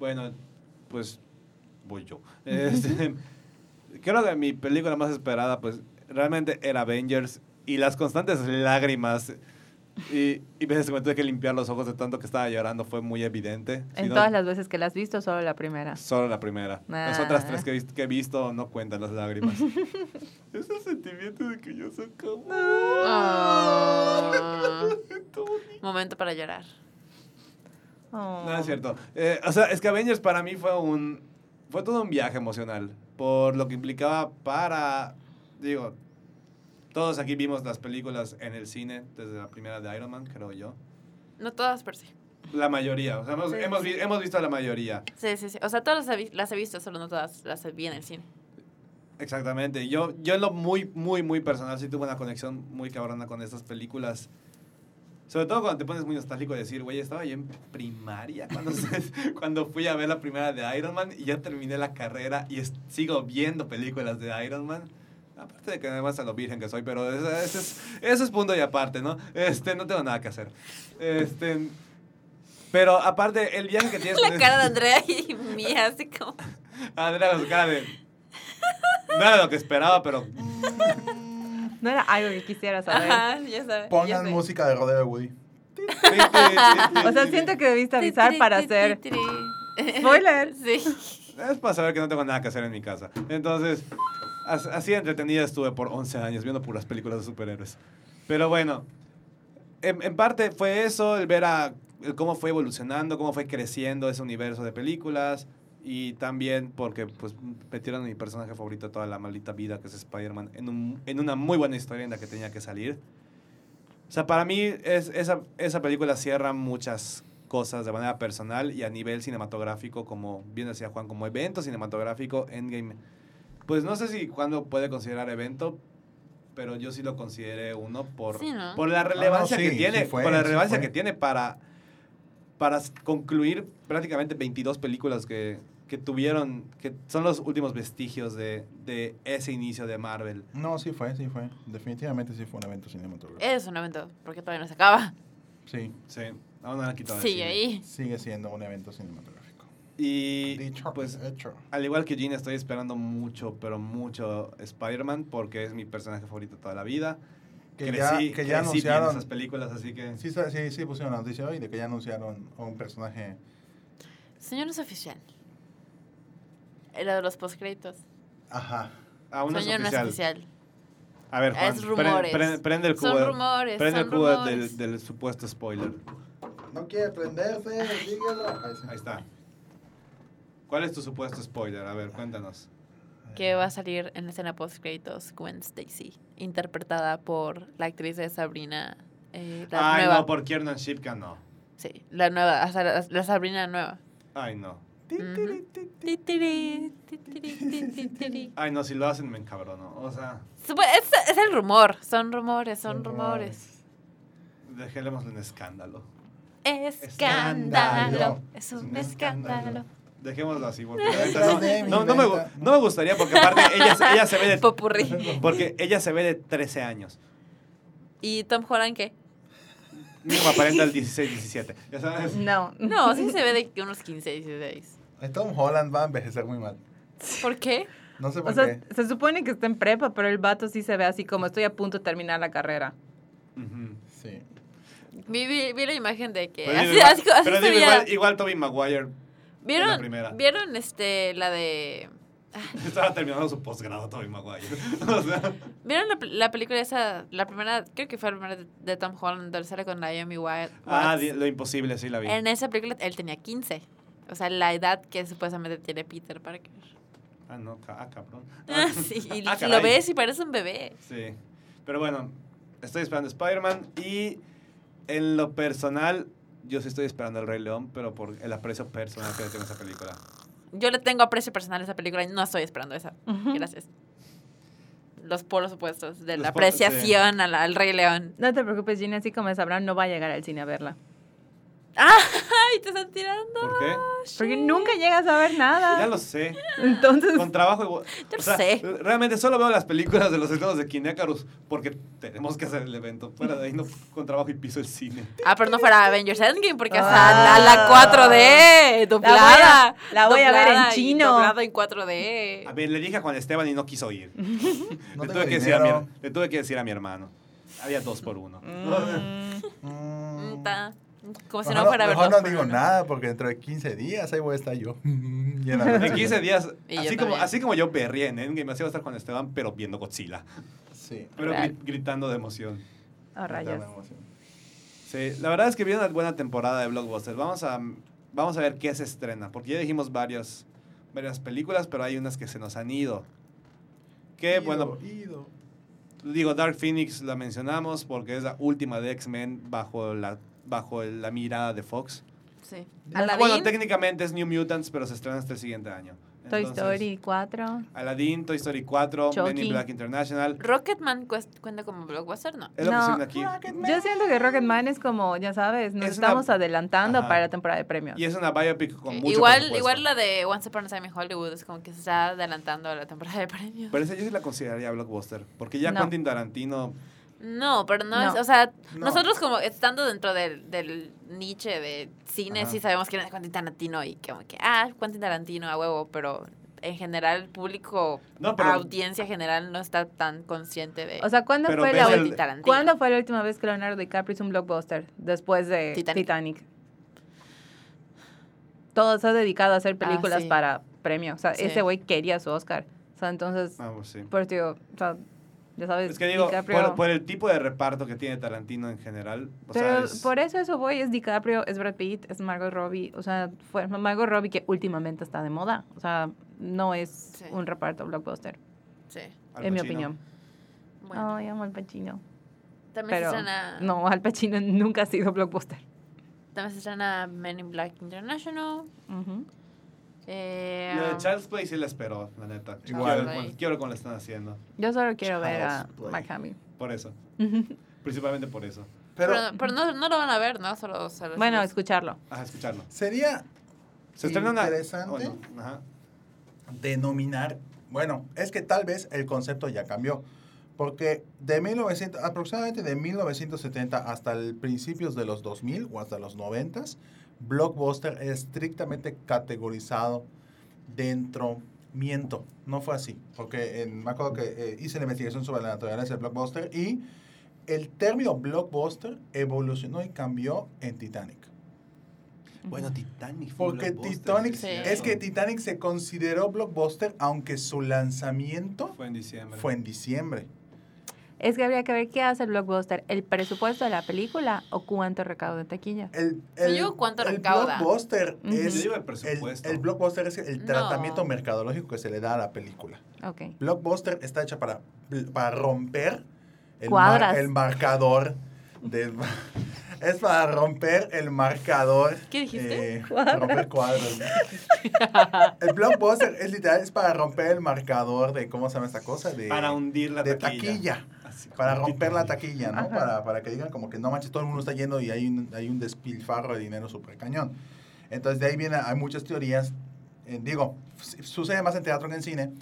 bueno, pues voy yo. Este, creo que mi película más esperada, pues realmente era Avengers y las constantes lágrimas y, y veces que me tuve que limpiar los ojos de tanto que estaba llorando fue muy evidente. Si En no, todas las veces que la has visto, solo la primera. Solo la primera. Las Ah. otras tres que he, visto, que he visto no cuentan las lágrimas. es el sentimiento de que yo se acabó. Ah. Todo Momento para llorar. Oh. No, es cierto. Eh, o sea, es que Avengers para mí fue un... Fue todo un viaje emocional. Por lo que implicaba para... Digo, todos aquí vimos las películas en el cine, desde la primera de Iron Man, creo yo. No todas, pero sí. La mayoría. O sea, hemos, Sí. hemos vi- hemos visto a la mayoría. Sí, sí, sí. O sea, todas las he, vi- las he visto, solo no todas las vi en <laughs> el cine. Exactamente. Yo, yo en lo muy, muy, muy personal sí tuve una conexión muy cabrona con estas películas. Sobre todo cuando te pones muy nostálgico y decir, güey, estaba yo en primaria cuando, <laughs> se- cuando fui a ver la primera de Iron Man y ya terminé la carrera y es- sigo viendo películas de Iron Man. Aparte de que además a lo virgen que soy, pero eso, eso es, eso es punto y aparte, ¿no? Este, no tengo nada que hacer. Este, pero aparte, el viaje que tienes... <laughs> La con- este cara de Andrea y mía, así como. Andrea, con su cara de... No era lo que esperaba, pero No era algo que quisiera saber. Ajá, ya sabes. Pongan música de Rodeo de Woody. <laughs> O sea, siento que debiste avisar para hacer. <laughs> Spoiler. Sí. Es para saber que no tengo nada que hacer en mi casa. Entonces, as- así de entretenida estuve por 11 años viendo puras películas de superhéroes. Pero bueno, en, en parte fue eso, el ver a el cómo fue evolucionando, cómo fue creciendo ese universo de películas. Y también porque pues metieron a mi personaje favorito de toda la maldita vida, que es Spider-Man, en, un- en una muy buena historia en la que tenía que salir. O sea, para mí es, esa, esa película cierra muchas cosas de manera personal y a nivel cinematográfico, como bien decía Juan, como evento cinematográfico, Endgame. Pues no sé si Juan lo puede considerar evento, pero yo sí lo consideré uno por, Sí, ¿no? por la relevancia sí, que sí tiene, fue, por la sí relevancia fue. que tiene para, para s- concluir prácticamente 22 películas que, que tuvieron, que son los últimos vestigios de, de ese inicio de Marvel. No, sí fue, sí fue. Definitivamente sí fue un evento cinematográfico. Es un evento, porque todavía no se acaba. Sí, Sí, aún no la han quitado del Sigue cine. ahí. sigue siendo un evento cinematográfico. Y Dicho, pues hecho. Al igual que Jean, estoy esperando mucho, pero mucho Spider-Man porque es mi personaje favorito toda la vida. Que ya, que ya crecí viendo anunciaron. esas películas, así que... Sí, sa- sí, sí pusieron la noticia hoy de que ya anunciaron a un personaje. Señor no es oficial. Era de los postcréditos. Ajá. Aún no es Señor no es oficial. oficial. A ver, Juan, Es pre- rumores. pre- prende el cubo, Son rumores. prende son el cubo rumores. del, del supuesto spoiler. No quiere prenderse, Ahí está. ¿Cuál es tu supuesto spoiler? A ver, cuéntanos. Que va a salir en la escena postcréditos Gwen Stacy, interpretada por la actriz de Sabrina. eh, la Ay, nueva. no, por Kiernan Shipka no. Sí, la nueva, hasta la, la Sabrina nueva. Ay, no. Ujú. Ti, tiri, ti, tiri, ti, ti, tiri. Ay, no, si lo hacen me encabrono. O sea, Supo- Es, es el rumor, son rumores, son rumores. dejémoslo en escándalo. Escándalo, es un escándalo. Dejémoslo así, porque la neta no, no, no me, gu- Inventa. no me gustaría, porque aparte ella, se- ella se ve de <laughs> Popurrí. Porque ella se ve de 13 años. ¿Y Tom Holland qué? Mínimo aparenta el 16, 17. Ya sabes. No. No, <laughs> sí se ve de que unos 15, 16. Tom Holland va a envejecer muy mal. ¿Por qué? No sé O por sea, qué. se supone que está en prepa, pero el vato sí se ve así como estoy a punto de terminar la carrera. Ujú. Sí. Vi, vi- vi la imagen de que. Pero digo, igual, así, así- así pero digo, sería. igual, igual Toby Maguire en la ¿Vieron, primera. ¿Vieron este, la de. estaba terminando su posgrado Toby Maguire. <laughs> O sea, ¿Vieron la, pel- la película esa? La primera, creo que fue la primera de, de Tom Holland, tercera con Naomi Wyatt. ah, Watts. di- lo imposible, sí la vi. En esa película él tenía 15. O sea, la edad que supuestamente tiene Peter Parker. Ah, no, ca- ah, cabrón. Ah, <laughs> sí, y <laughs> Ah, lo caray. ves y parece un bebé. Sí. Pero bueno, estoy esperando Spider-Man y en lo personal, yo sí estoy esperando El Rey León, pero por el aprecio personal que le tengo a esa película. Yo le tengo aprecio personal a esa película y no estoy esperando esa. Gracias. Los polos opuestos de Los la polos, sí. apreciación a la- al Rey León. No te preocupes, Gina, así como sabrán, no va a llegar al cine a verla. ¡Ay, te están tirando! ¿Por qué? Porque nunca llegas a ver nada. Ya lo sé. Entonces, con trabajo. y bo- Yo o sea, sé. Realmente solo veo las películas de los estados de Kinecarus porque tenemos que hacer el evento. Fuera de ahí, no, con trabajo y piso el cine. Ah, pero no fuera Avengers Endgame porque hasta Ah. la, la 4D doblada. la voy a ver en doblada y chino. Doblada en 4D. A ver, le dije a Juan Esteban y no quiso ir. No le, tengo tuve que decir a mi, dinero. her- le tuve que decir a mi hermano. Había dos por uno. mm, Mm. Mm, ta. Como si Mejor no fuera mejor verdad. no digo nada porque dentro de 15 días ahí voy a estar yo. <laughs> Y en la En <laughs> noche. 15 días, Y yo así como, también. así como yo perrí en Endgame, así va a estar Juan Esteban, pero viendo Godzilla. Sí. Pero Real. gri- gritando de emoción. oh, rayos. Sí, la verdad es que viene una buena temporada de blockbusters. Vamos a, vamos a ver qué se estrena, porque ya dijimos varios, varias películas, pero hay unas que se nos han ido. Que bueno, Ido. digo, Dark Phoenix la mencionamos porque es la última de X-Men bajo la, bajo el- la mirada de Fox. Sí. Ah, Ah, Aladdin. Bueno, técnicamente es New Mutants, pero se estrena hasta el siguiente año. Toy Entonces, Story 4. Aladdin, Toy Story 4, Men in Chucky. Black International. Rocketman cues- cuenta como blockbuster, ¿no? Es lo que No. pusieron aquí. Yo siento que Rocketman es como, ya sabes, nos Es una- estamos adelantando Ajá. para la temporada de premios. Y es una biopic con mucho igual, presupuesto. igual la de Once Upon a Time in Hollywood es como que se está adelantando a la temporada de premios. Pero esa yo sí la consideraría blockbuster, porque ya No. Quentin Tarantino no, pero no, No. es, o sea, No. nosotros como estando dentro del, del niche de cine, Ajá. sí sabemos quién es Quentin Tarantino y como que, ah, Quentin Tarantino a huevo, pero en general el público, No, pero- audiencia general no está tan consciente de O sea, ¿cuándo Pero fue, ves la el- ulti- Tarantino. ¿cuándo fue la última vez que Leonardo DiCaprio hizo un blockbuster? Después de Titanic. Titanic. Todo se ha dedicado a hacer Ah, películas sí. para premios. O sea, Sí. ese güey quería su Oscar. O sea, entonces, Ah, pues sí. por eso digo, o sea, Ya sabes, Es que digo, DiCaprio. por, por el tipo de reparto que tiene Tarantino en general. O Pero sea, es- por eso eso voy, es DiCaprio, es Brad Pitt, es Margot Robbie, o sea, fue Margot Robbie que últimamente está de moda, o sea, no es Sí. un reparto blockbuster, Sí. Al en mi Pacino. opinión. Bueno. Ay, amo al Pacino. también Pero se estrena. no, Al Pacino nunca ha sido blockbuster. También se estrena Men in Black International. Ujú. Eh, Lo de Child's Play sí la esperó, la neta. Igual. Quiero, con- quiero cómo la están haciendo. Yo solo quiero ver a Child's Play. Mark Hamill. Por <laughs> eso. Principalmente por eso. Pero pero pero no, no lo van a ver, ¿no? Solo. solo Bueno, es escucharlo. Ajá, escucharlo. sería Se estrena una. Interesante. ¿o no? Ajá. denominar. Bueno, es que tal vez el concepto ya cambió. Porque de 1900, aproximadamente de 1970 hasta el principios de los 2000 o hasta los 90, Blockbuster es estrictamente categorizado dentro miento. No fue así. Porque en, me acuerdo que eh, hice la investigación sobre la naturaleza del Blockbuster y el término Blockbuster evolucionó y cambió en Titanic. Bueno, Titanic. fue un Porque blockbuster, Titanic, sí, es es que cierto. Titanic se consideró blockbuster, aunque su lanzamiento Fue en diciembre. fue en diciembre. Es que habría que ver qué hace el blockbuster, el presupuesto de la película o cuánto recaudo de taquilla. El, Yo el- digo, ¿cuánto el recauda? blockbuster Ujú. es Yo digo el el- presupuesto. el blockbuster es el No. tratamiento mercadológico que se le da a la película. Ok. Blockbuster está hecha para, para romper el, Cuadras. el marcador de- <laughs> es para romper el marcador. ¿Qué dijiste? eh, romper cuadros. el blockbuster es literal, es para romper el marcador de cómo se llama esta cosa de Para hundir la de taquilla. taquilla. Así como Para Titanic. romper la taquilla, ¿no? Ajá. Para, para que digan como que no manches, todo el mundo está yendo y hay un, hay un despilfarro de dinero súper cañón. Entonces, de ahí viene, hay muchas teorías. eh, digo, s- sucede más en teatro que en cine,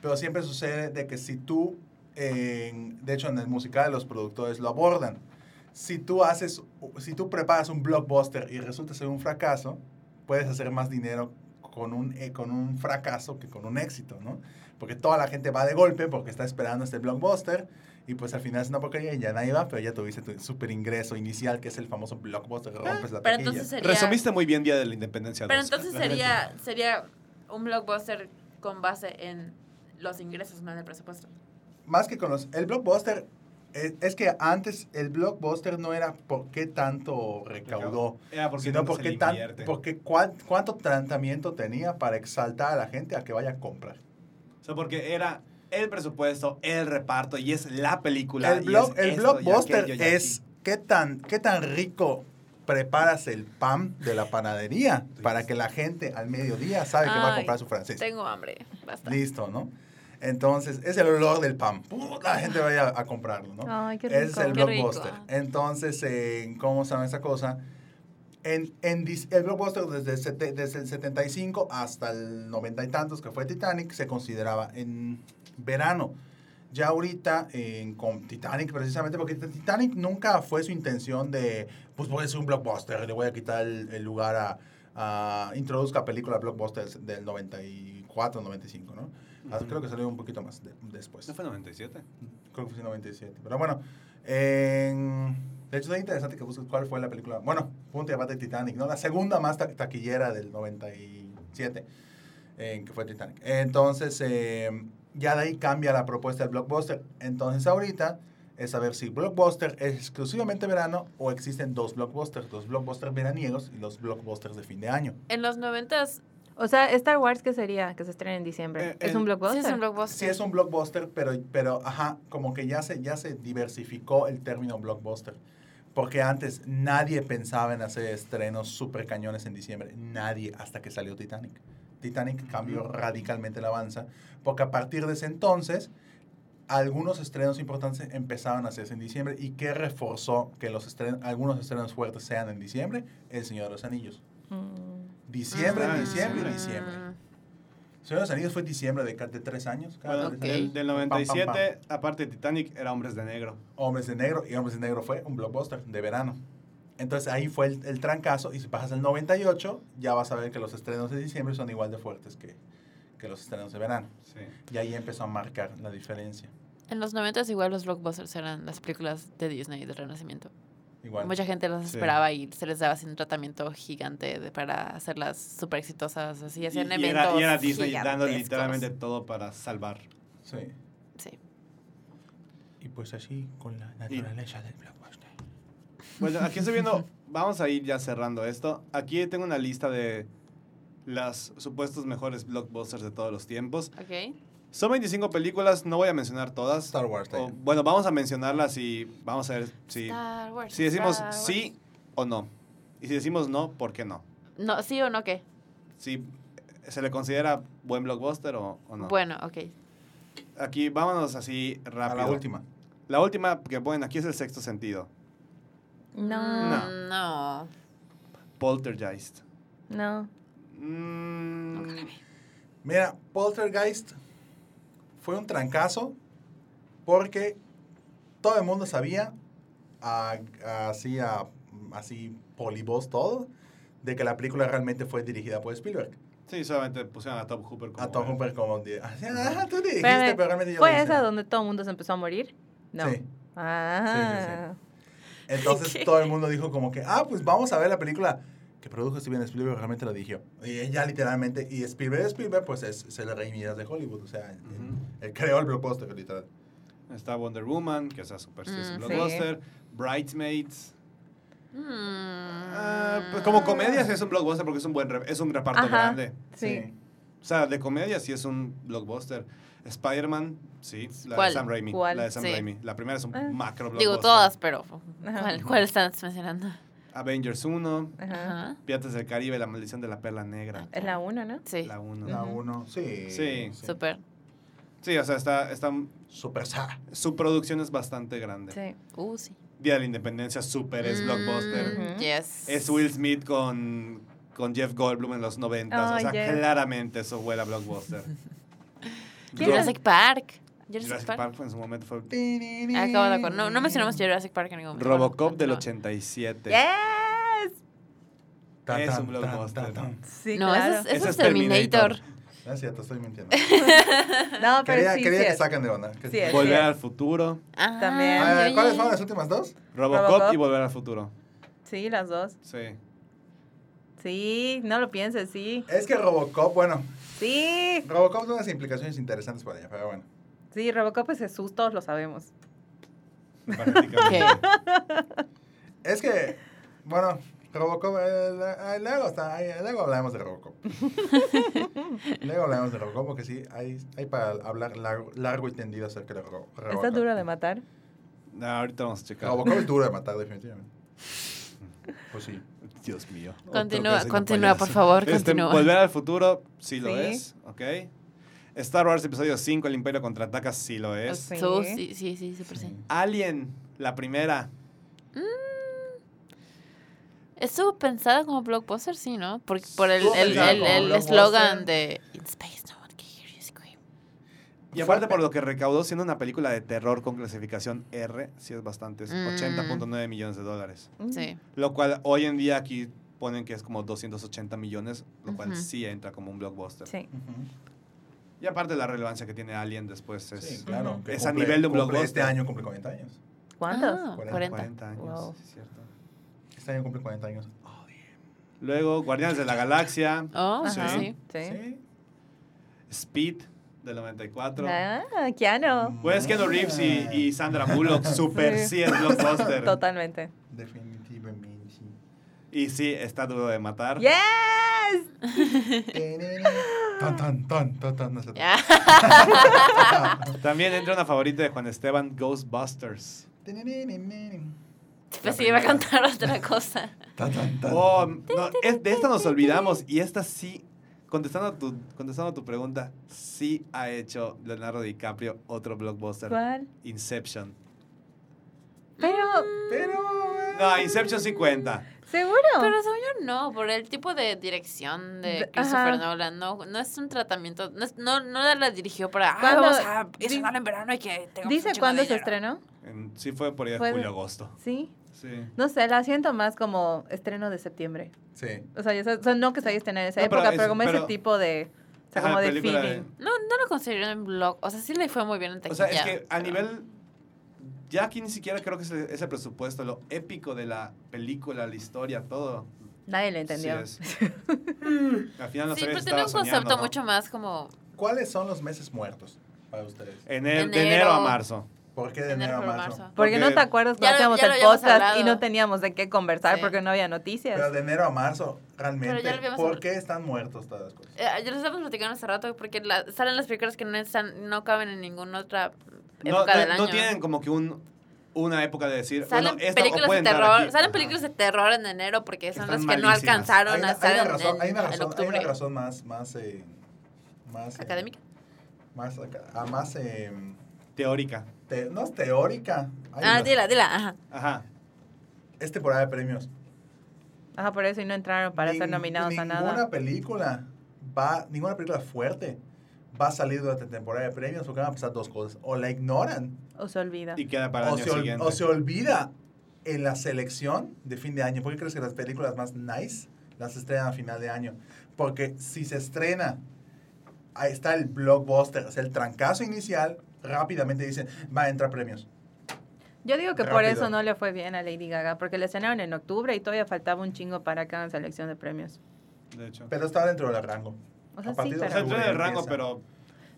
pero siempre sucede de que si tú, eh, en- de hecho en el musical los productores lo abordan, si tú haces, si tú preparas un blockbuster y resulta ser un fracaso, puedes hacer más dinero con un, eh, con un fracaso que con un éxito, ¿no? Porque toda la gente va de golpe porque está esperando este blockbuster y pues al final es una porquería y ya nadie va, pero ya tuviste tu super ingreso inicial que es el famoso blockbuster que Eh, rompes la Ah, Pero taquilla. entonces eh sería. Resumiste muy bien Día de la Independencia. Pero 2, entonces la neta. sería, sería un blockbuster con base en los ingresos, no en el presupuesto. Más que con los... El blockbuster, eh, es que antes el blockbuster no era por qué tanto recaudó. Era Eh, ah, porque sino no porque, se le tan, invierte. porque cuán- cuánto tratamiento tenía para exaltar a la gente a que vaya a comprar. O sea, porque era el presupuesto, el reparto y es la película. el y block, es el esto, y blockbuster aquello, y es aquí. qué tan, qué tan rico preparas el pan de la panadería para que la gente al mediodía sabe que va a Ay, comprar su francés. Tengo hambre, basta. Listo, ¿no? Entonces, es el olor del pan. ¡Puta! La gente vaya a, a comprarlo, ¿no? Ay, qué Ese es rico. el Qué rico. blockbuster. Entonces, eh, ¿cómo se llama esa cosa? En, en dis- el blockbuster desde, el sete- desde el 75 hasta el 90 y tantos, que fue Titanic, se consideraba en verano. Ya ahorita en, con Titanic, precisamente, porque Titanic nunca fue su intención de, pues voy a hacer un blockbuster, le voy a quitar el, el lugar a, a- introduzca película blockbuster del, del 94, 95, ¿no? Ah, Ujú. Creo que salió un poquito más de- después ¿No fue 97? creo que fue en 97. Pero bueno, en- de hecho es interesante que busques cuál fue la película. Bueno, punto y aparte Titanic, ¿no? La segunda más ta- taquillera del 97, eh, que fue Titanic. Entonces, eh, ya de ahí cambia la propuesta del blockbuster. Entonces, ahorita es saber si blockbuster es exclusivamente verano o existen dos blockbusters, los blockbusters veraniegos y los blockbusters de fin de año. En los noventas O sea, Star Wars, ¿qué sería? Que se estrena en diciembre. Eh, ¿Es el- un sí blockbuster? es un blockbuster. Sí es un blockbuster, pero, pero ajá, como que ya se, ya se diversificó el término blockbuster. Porque antes nadie pensaba en hacer estrenos super cañones en diciembre. Nadie, hasta que salió Titanic. Titanic cambió radicalmente la avanza. Porque a partir de ese entonces, algunos estrenos importantes empezaron a hacerse en diciembre. ¿Y qué reforzó que los estren- algunos estrenos fuertes sean en diciembre? El Señor de los Anillos. Mm. Diciembre, Ah, diciembre, diciembre. diciembre. Mm. El Señor de los Anillos fue diciembre de, ca- de tres años. cada Bueno, tres ok. del, años. del Pam, pam, pam. 97, aparte de Titanic, era Hombres de Negro. Hombres de Negro y Hombres de Negro fue un blockbuster de verano. Entonces ahí fue el, el trancazo y si bajas el 98 ya vas a ver que los estrenos de diciembre son igual de fuertes que, que los estrenos de verano. Sí. Y ahí empezó a marcar la diferencia. En los noventas igual los blockbusters eran las películas de Disney del Renacimiento. Igual. Mucha gente las Sí. esperaba y se les daba así un tratamiento gigante de- para hacerlas súper exitosas. Así hacían y, y eventos. era, y era Disney dando gigantescos. literalmente todo para salvar. Sí. Sí. Y pues así con la naturaleza del blockbuster. Bueno, aquí estoy viendo, vamos a ir ya cerrando esto. Aquí tengo una lista de las supuestos mejores blockbusters de todos los tiempos. Ok. Son 25 películas, no voy a mencionar todas. Star Wars, O, Taylor. bueno, vamos a mencionarlas y vamos a ver si, Star Wars, si decimos Star Wars. sí o no. Y si decimos no, ¿por qué no? No, ¿Sí o no qué? Si se le considera buen blockbuster o, o no. Bueno, ok. Aquí vámonos así A rápido. la última. La última que ponen aquí es el sexto sentido. No, No. Mm, No. Poltergeist. no. Mm, Mira, Poltergeist fue un trancazo porque todo el mundo sabía, a- así, a, así polibos todo, de que la película realmente fue dirigida por Spielberg. sí, solamente pusieron a Top Hooper como. a Tom Hooper como... di- Ah, tú dirigiste, Espérame, pero realmente yo lo ¿Fue hice. esa donde todo el mundo se empezó a morir? No. Sí. Ah. <laughs> Entonces todo el mundo dijo como que, ah, pues vamos a ver la película que produjo Steven Spielberg, realmente la dirigió. Y ella literalmente, y Spielberg, Spielberg, pues es, es el rey Midas de Hollywood, o sea, él- él creó el blockbuster, literal. Está Wonder Woman, que esa super sí es un Mm, sí. blockbuster. Bridesmaids. Mm. Ah, pues como comedias es un blockbuster porque es un buen re- es un reparto Ajá. grande. Sí. O sea, de comedia sí es un blockbuster. Spider-Man, sí, la ¿Cuál? de Sam Raimi. ¿Cuál? La de Sam Sí. Raimi. La primera es un Ah. macro blockbuster. Digo todas, pero Ajá. ¿cuál, cuál estás mencionando? Avengers 1, Ajá. Ajá. Piratas del Caribe, La Maldición de la Perla Negra. Es la uno, ¿no? Sí. La 1. La Ujú. uno, sí. Sí. Súper. Sí, o sea, está, está, Super sa. su producción es bastante grande. Sí. Uh, sí. Día de la Independencia, super es Mm, blockbuster. Ujú. Yes. Es Will Smith con, con Jeff Goldblum en los 90. Ah, o sea, yes. claramente eso huele a blockbuster. Glo- Jurassic Park. Jurassic, Jurassic Park. Ah, Park en su momento fue Acabo de acordar. No, no mencionamos Jurassic Park en ningún momento. Robocop Bueno, del no. 87. Yes. Tan, Es tan, un blockbuster. tan, tan, tan. Sí, No, claro. ese es, ese Ese es es Terminator. Terminator. No es cierto, <laughs> estoy mintiendo. No, pero quería sí, quería sí que es. saquen de onda. Que- Sí es. Volver al futuro. Ah, También. Ah, ya, ya, ¿Cuáles ya. fueron las últimas dos? Robocop, Robocop. y Volver al futuro. Sí, las dos. <laughs> Sí. Sí, no lo pienses, sí. Es que Robocop, bueno, Sí. Robocop tiene unas implicaciones interesantes para ella, pero bueno. Sí, Robocop es Jesús, todos lo sabemos. prácticamente. Es que, bueno, Robocop, eh, la- ah, luego, está, ahí, luego hablamos <laughs> de Robocop. luego hablamos de Robocop porque sí, hay, hay para hablar largo, largo y tendido acerca de Ro- Robocop. Está duro de matar. No, ahorita vamos a checar. Robocop es duro de matar, definitivamente. <laughs> Pues sí. Dios mío. Otro Continúa, clásico continúa, por payaso. favor, Este, continúa. Volver al futuro, sí lo Sí. es. Ok. Star Wars Episodio 5, El Imperio Contraataca, sí lo es. Pues Sí. So, sí, sí, sí, súper sí. Alien, la primera. Estuvo pensado como blockbuster, sí, ¿no? Por, por el, Estuvo el, pensado el, como el blockbuster. eslogan de In space no one can hear you scream. Y aparte por lo que recaudó siendo una película de terror con clasificación R, sí es bastante, es Mm. 80.9 millones de dólares. Mm. Sí. Lo cual hoy en día aquí ponen que es como 280 millones, lo cual Ujú. sí entra como un blockbuster. Sí. Y aparte la relevancia que tiene Alien después es Sí, claro. que Es a nivel de un cumple- blockbuster. Este año cumple 40 años. ¿Cuántos? Ah, 40. 40 años, Wow. sí es cierto. Este año cumple 40 años. Oh, Luego Guardianes de la Galaxia, Oh, Ajá. sí. Sí. sí. Speed del 94. Ah, Mm, Keanu. Pues Keanu Reeves y, y Sandra Bullock, super sí, Sí. es blockbuster. Totalmente. Definitivamente. Y sí, está duro de matar. Yes. Tan, tan, tan, tan, tan. <laughs> no sé. Ya. También entra una favorita de Juan Esteban, Ghostbusters. Pues sí, iba a contar otra cosa. Tan, tan, tan. Oh, no, es- de esta nos olvidamos y esta sí, contestando a tu, contestando a tu pregunta, sí ha hecho Leonardo DiCaprio otro blockbuster. ¿Cuál? Inception. Pero, Mm. Pero. eh, No, Inception 50. seguro. Pero según yo no, por el tipo de dirección de De- Christopher ajá. Nolan, no, no es un tratamiento, no, es- no, no la dirigió para, ah, Cuando- vamos a di- estrenarlo en verano y que tengamos Dice un chingo cuándo de se dinero. estrenó. En- sí fue por ahí de Fue- julio-agosto. Sí. Sí. No sé, la siento más como estreno de septiembre. Sí. O sea, ya sabes- o sea, no que se haya estrenado en esa No, pero época, pero, es- como pero- ese tipo de. O sea, Ajá, como de película de- feeling. No, no lo consideró en blog, o sea, sí le fue muy bien en O taquilla. sea, es que a pero- nivel... Ya aquí ni siquiera creo que es el, es el presupuesto, lo épico de la película, la historia, todo. Nadie lo entendió. Sí <laughs> es. Al final no sabía Sí, pero si tenía estaba un soñando, concepto ¿no? mucho más como ¿Cuáles son los meses muertos para ustedes? Enero- de Enero. enero a marzo. ¿Por qué de enero a marzo? Porque no Porque- te acuerdas cuando Ya lo- hacíamos ya lo el habíamos podcast y hablado. no teníamos de qué conversar Sí. porque no había noticias. Pero de enero a marzo, realmente, Pero ya lo habíamos ¿por hablado. qué están muertos todas las cosas? Eh, ya lo estamos platicando hace rato porque la- salen las películas que no están, no caben en ninguna otra No, época no- del año. no tienen como que un, una época de decir, Salen bueno, esta o películas puede de entrar terror, aquí. salen Ajá. películas de terror en enero porque son las Están que no malísimas. alcanzaron una, a estar una en- razón, en, hay una en razón, hay una octubre. razón más, más, eh, más eh, Académica. Más, acá- ah, más eh, Teórica. te- no es teórica. Ay, Ah, Dios. dila, dila, ajá. Ajá. Es temporada de premios. Ajá, por eso y no entraron para ser Nin- nominados a nada. Ninguna película va, ninguna película fuerte va a salir durante temporada de premios porque van a pasar dos cosas. O la ignoran O se olvida. Y queda para el o año se, ol- siguiente. o se olvida en la selección de fin de año. ¿Por qué crees que las películas más nice las estrenan a final de año? Porque si se estrena, ahí está el blockbuster, o sea, el trancazo inicial, rápidamente dicen, va a entrar premios. Yo digo que por Rápido. eso no le fue bien a Lady Gaga, porque la estrenaron en octubre y todavía faltaba un chingo para cada selección de premios. De hecho. Pero está dentro del rango. O A sea, sí, partir de o sea, pero, entró en el rango, Empieza. pero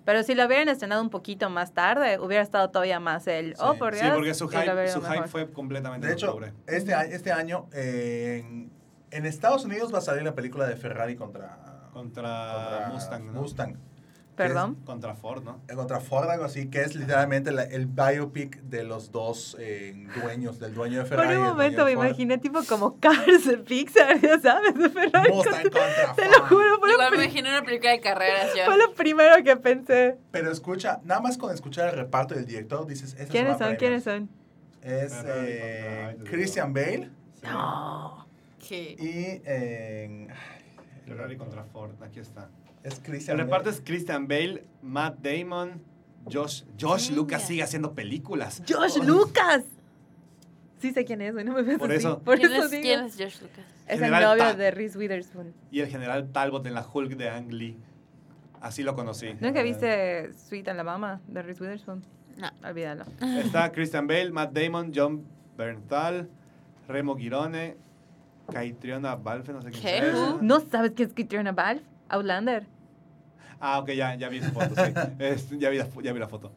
pero si lo hubieran estrenado un poquito más tarde, hubiera estado todavía más el, Sí. oh, por sí, Dios, porque su y lo hype, hubiera su mejor. hype fue completamente De hecho, pobre. este, a- este año eh, en, en Estados Unidos va a salir la película de Ferrari contra, Contra contra Mustang, ¿no? Mustang, Perdón. Contra Ford, ¿no? eh, contra Ford, algo así, que es literalmente la- el biopic de los dos eh, dueños, del dueño de Por Ferrari. y un del momento me dueño de Ford. imaginé tipo como Cars de Pixar, <laughs> ya sabes, de Ferrari. Mustang contra Te lo Ford. juro, fue lo, Igual me pri- imagino una película de carreras yo. fue lo primero que pensé. Pero escucha, nada más con escuchar el reparto del director, dices, "Esa es ¿Quiénes una son? ¿Quiénes premios". son? Es Ferrari eh, contra- ay, Dios Christian Bale Sí. Que- y... eh, Ferrari contra Ford, aquí está. Es El Christian reparto Bale. es Christian Bale, Matt Damon, Josh. Josh Venga. Lucas sigue haciendo películas. Josh Lucas. Sí sé quién es, güey, no me ves Por así. eso. Por ¿Quién, eso es, digo. quién es George Lucas? Es el General novio Patton. de Reese Witherspoon. Y el general Talbot en la Hulk de Ang Lee. Así lo conocí. ¿Nunca viste Sweet Alabama de Reese Witherspoon? No. Olvídalo. Está Christian Bale, Matt Damon, John Bernthal, Remo Girone, Caitriona Balfe, no sé quién ¿Qué? sea esa. ¿No sabes quién es Catriona Balfe? Outlander. Ah, ok, ya, ya vi su <laughs> foto, sí. Es- ya, vi la, fo- ya vi la foto.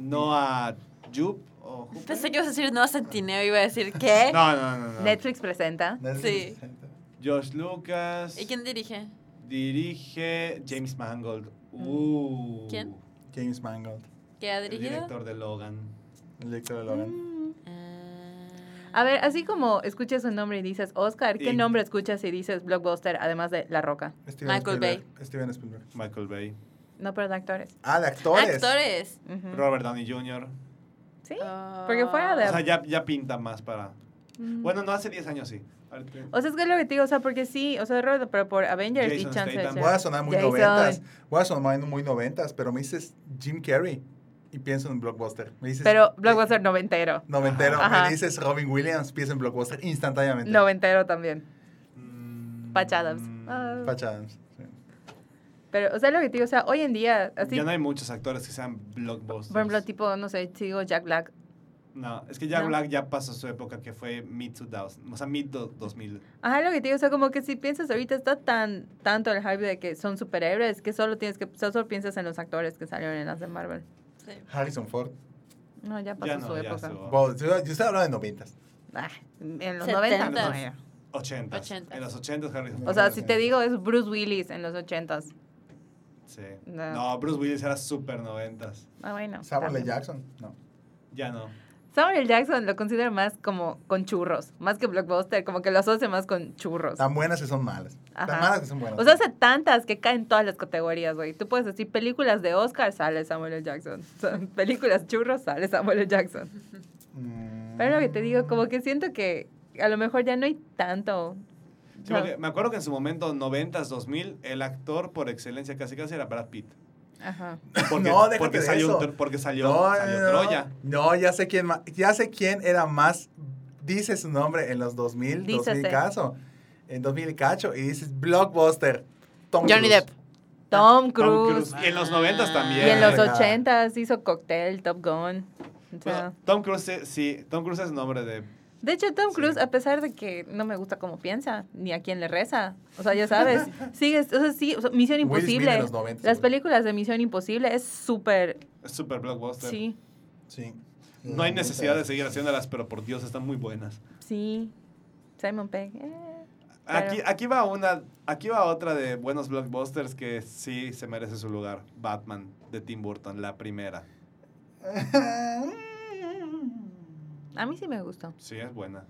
Noah Jupe o Jupe. Pensé que ibas a decir no Centineo, iba a decir ¿qué? <laughs> No, no, no, no. Netflix presenta. Sí. Josh Lucas. ¿Y quién dirige? Dirige James Mangold. Uh. Mm. ¿Quién? James Mangold, ¿Qué ha El dirigido? director de Logan. el director de Logan. Mm. Ah. A ver, así como escuchas un nombre y dices Oscar, ¿qué Y- nombre escuchas y dices blockbuster además de La Roca? Steven Michael Spielberg. Steven Spielberg. Michael Bay. No, pero de actores. Ah, de actores. Actores. Ujú. Robert Downey Jr. Sí. Ah. Porque fuera de- O sea, ya, ya pinta más para. Mm. Bueno, no hace 10 años sí. Ahorita- O sea, es que es lo que te digo, o sea, porque sí, o sea, Robert, pero por Avengers Jason y chance. de Statham. ser. Voy a sonar muy Jason. noventas. Voy a sonar muy noventas, pero me dices Jim Carrey y pienso en Blockbuster. Me dices, Pero Blockbuster noventero. Noventero. Ajá. Me dices Robin Williams, pienso en Blockbuster instantáneamente. Noventero también. Mm, Patch Adams. Ah. Patch Adams, sí. Pero, o sea, lo que te digo, o sea, hoy en día, así, Ya no hay muchos actores que sean blockbusters. por ejemplo, tipo, no sé, sigo Jack Black. No, es que Jack No. Black ya pasó su época que fue mid 2000, o sea, mid do- 2000. Ajá, lo que te digo, o sea, como que si piensas ahorita está tan, tanto el hype de que son superhéroes que solo tienes que, o sea, solo piensas en los actores que salieron en las de Marvel. Sí. Harrison Ford. No, ya pasó Ya no, su ya época. estuvo. Bueno, yo, yo estaba hablando de noventas. Ah, en los 70s. 90 no era. 80. 80s. En los 80 Harrison Ford. O sea, si te digo es Bruce Willis en los 80s. Sí. No. No, Bruce Willis era súper 90. Ah, bueno. Samuel L. también. Jackson. No. Ya no. Samuel L. Jackson lo considero más como con churros, más que blockbuster, como que lo asocia más con churros. Tan buenas que son malas. Pues Ajá. Tan malas que son buenas. O sea, hace tantas que caen todas las categorías, güey. Tú puedes decir películas de Oscar, sale Samuel L. Jackson. O sea, <laughs> películas churros, sale Samuel L. Jackson. Mm. Pero lo que te digo, como que siento que a lo mejor ya no hay tanto. Sí, No. porque me acuerdo que en su momento, 90s, 2000, el actor por excelencia casi casi era Brad <laughs> Pitt. Ajá. Porque, No, déjate porque de salió, eso. un tro- porque salió, No, no, salió no, no. Troya. No, ya sé quién ma- ya sé quién era más dice su nombre en los 2000, Dícese. 2000 caso. En 2000 cacho y dices blockbuster. Tom Johnny Cruise. Depp. Tom Cruise. Tom Cruise. Y en los 90s Y también. en los Ah. 80s hizo Cocktail, Top Gun. O sea, Bueno, Tom Cruise, sí, sí, Tom Cruise es nombre de... de hecho, Tom sí. Cruise, a pesar de que no me gusta cómo piensa, ni a quién le reza, o sea, ya sabes, sigue, o sea, sí, o sea, Misión Will Smith en Imposible. los 90s, Las güey. películas de Misión Imposible es súper, Es súper blockbuster. sí. Sí. No hay necesidad de <laughs> seguir haciéndolas, pero por Dios, están muy buenas. Sí. Simon Pegg. eh. Claro. Aquí, aquí va una, aquí va otra de buenos blockbusters que sí se merece su lugar. Batman de Tim Burton, la primera. A mí sí me gustó. Sí, es buena.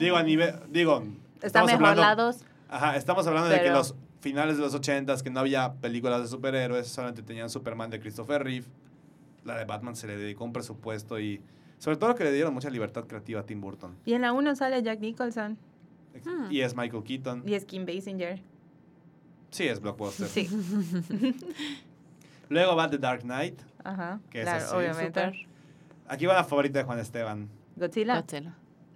Digo, a nivel, digo, Está estamos mejor hablando- la dos. Ajá, estamos hablando de que Pero- los finales de los 80s, que no había películas de superhéroes, solamente tenían Superman de Christopher Reeve. La de Batman se le dedicó un presupuesto y sobre todo que le dieron mucha libertad creativa a Tim Burton. Y en la 1 sale Jack Nicholson Hmm. Y es Michael Keaton. y es Kim Basinger. Sí, es blockbuster. Sí. Luego va The Dark Knight. Ajá. Que es claro, así. obviamente. Súper. Aquí va la favorita de Juan Esteban. Godzilla. Coachella.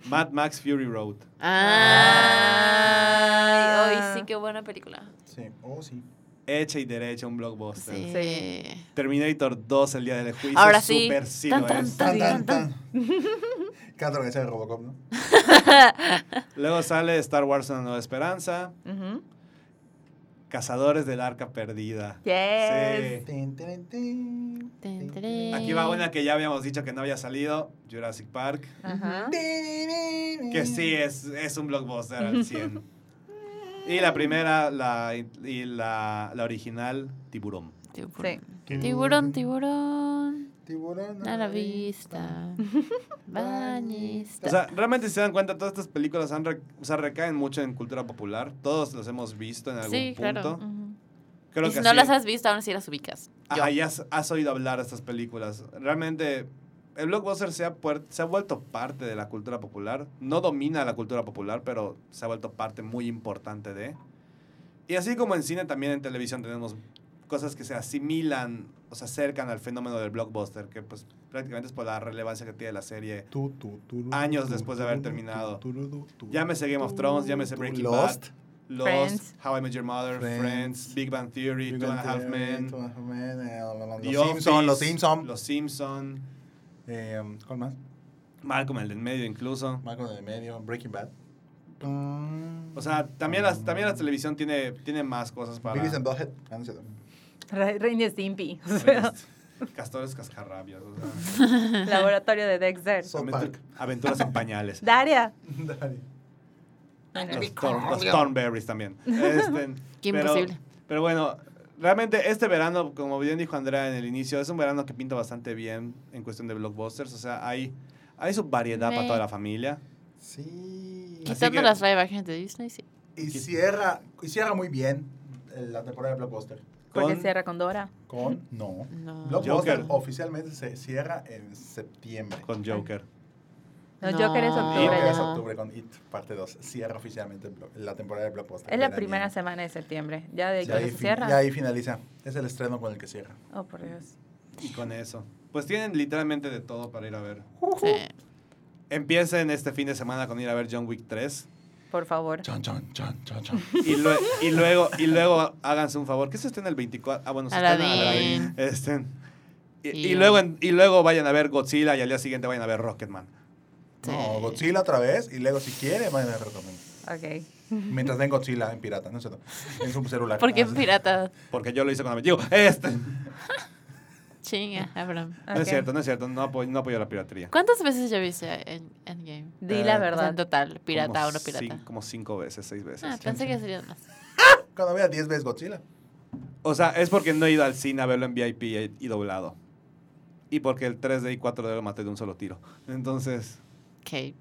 Mad Max Fury Road. Ah. Ah. Ay, hoy sí, qué buena película. Sí, oh sí. Hecha y derecha, un blockbuster. Sí. Sí. Terminator 2, el día del juicio. Ahora sí. Super sí Tan, lo tan, es. Tan, Tan, tan, tan. <laughs> Canta la canción de Robocop, ¿no? Luego sale Star Wars Una Nueva Esperanza. Ujú. Cazadores del Arca Perdida. Yes. Sí. Tin, tin, tin, tin, tin, tin, Aquí va una que ya habíamos dicho que no había salido, Jurassic Park. Ajá. tin. Mm. Que sí, es, es un blockbuster <laughs> al 100. Y la primera, la, y la, la original, Tiburón. Sí. Tiburón. Tiburón, tiburón. Tiburón A <laughs> la vista. Bañista. O sea, realmente si se dan cuenta, todas estas películas han re- o sea, recaen mucho en cultura popular. Todos los hemos visto en algún Sí, punto. claro. Ujú. Creo y si que no así- las has visto, aún así las ubicas. Ajá, y has, has oído hablar de estas películas. Realmente, el blockbuster se ha, puer- se ha vuelto parte de la cultura popular. No domina la cultura popular, pero se ha vuelto parte muy importante de. Y así como en cine, también en televisión tenemos cosas que se asimilan o se acercan al fenómeno del blockbuster, que pues prácticamente es por la relevancia que tiene la serie. Tu, tu, tu, Años tu, después tu, de haber tu, terminado. tu, tu, tu, Llámese Game of Thrones, tu, llámese tu, Breaking Lost, Lost, Friends. How I Met Your Mother, Friends, Friends. Big Bang Theory, Big Two and a Bang Half Theory, Men, Two and a Half Men, eh, Los The Simpsons, Los Office, Simpsons. Los Simpson, Eh, ¿Cuál más? Malcolm el del medio incluso. Marco de medio, Breaking Bad. Mm. O sea, también las también la televisión tiene tiene más cosas para <laughs> Beavis and Butthead. Ah, no es cierto. Re- Reina Stimpy. <laughs> O sea, Oye, este, Castores cascarrabias, o sea, laboratorio de Dexter. South aventu- Park. aventuras <laughs> en pañales. Daria. Dale. Los, Thorn- los Thornberries también. Este, Qué pero- imposible. Pero bueno, realmente este verano, como bien dijo Andrea en el inicio, es un verano que pinta bastante bien en cuestión de blockbusters. O sea, hay, hay su variedad para Me- toda la familia. Sí. Así Quitando que- las live action de Disney, sí. Y cierra, y cierra muy bien eh, la temporada de Blockbuster. Porque Con- cierra con Dora. Con no. No. Blockbuster Joker. oficialmente se cierra en septiembre. Con Joker. No, No. Joker es Y octubre ahora es ya. octubre con It, parte 2. Cierra oficialmente el blo- la temporada de Blockbuster. Es la veraniega. primera semana de septiembre. Ya de ahí Y cuando ahí, se fin- cierra. y ahí finaliza. Es el estreno con el que cierra. Oh, por Dios. Y con eso. Pues tienen literalmente de todo para ir a ver. Sí. Empiecen este fin de semana con ir a ver John Wick 3. Por favor. Chon, chon, chon, chon, chon. Y, lue- y luego y luego háganse un favor. Que se estén el 24. Ah, bueno, se estrena Aladdin. Aladdin. Estén. Este, Y, y Y- luego, en- y luego vayan a ver Godzilla y al día siguiente vayan a ver Rocketman. Sí. <laughs> No, Godzilla otra vez. Y luego, si quiere, vayan a ver también. Ok. Mientras den Godzilla en pirata, no es cierto. En su celular. Porque Ah, es pirata. Porque yo lo hice cuando me digo, este. <laughs> Chinga, Abraham. No Ok. es cierto, no es cierto. No apoyo, no apoyo la piratería. ¿Cuántas veces ya viste en Endgame? Di la Eh, O sea, en verdad. total, pirata Como o no pirata. cin- como cinco veces, seis veces. Ah, pensé que serían más. sí. Cuando vea 10 veces Godzilla. O sea, es porque no he ido al cine a verlo en VIP y, y doblado. Y porque el 3D y 4D lo maté de un solo tiro. Entonces, Ok.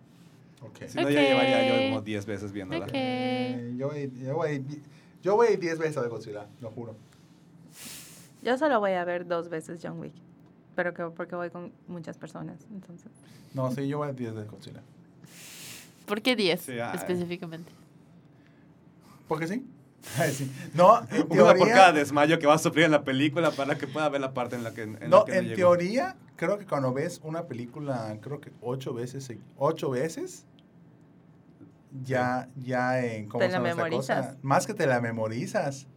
Ok. si no, ya Ok. llevaría yo como 10 veces viéndola. Ok. Eh, yo, voy, yo, voy, yo voy 10 veces a ver Godzilla, lo juro. Yo solo voy a ver dos veces John Wick. Pero que porque voy con muchas personas. Entonces. No, sí, yo voy 10 veces Godzilla. ¿Por qué 10 Sí, ah, específicamente? ¿Por qué sí? <laughs> Ay, sí. <laughs> No, en Una por cada teoría, desmayo que va a sufrir en la película para que pueda ver la parte en la que en la no, que en llegó. teoría, creo que cuando ves una película, creo que 8 veces, se- ocho veces, ya, ya en cómo Te se la llama esta memorizas. cosa, más que te la memorizas,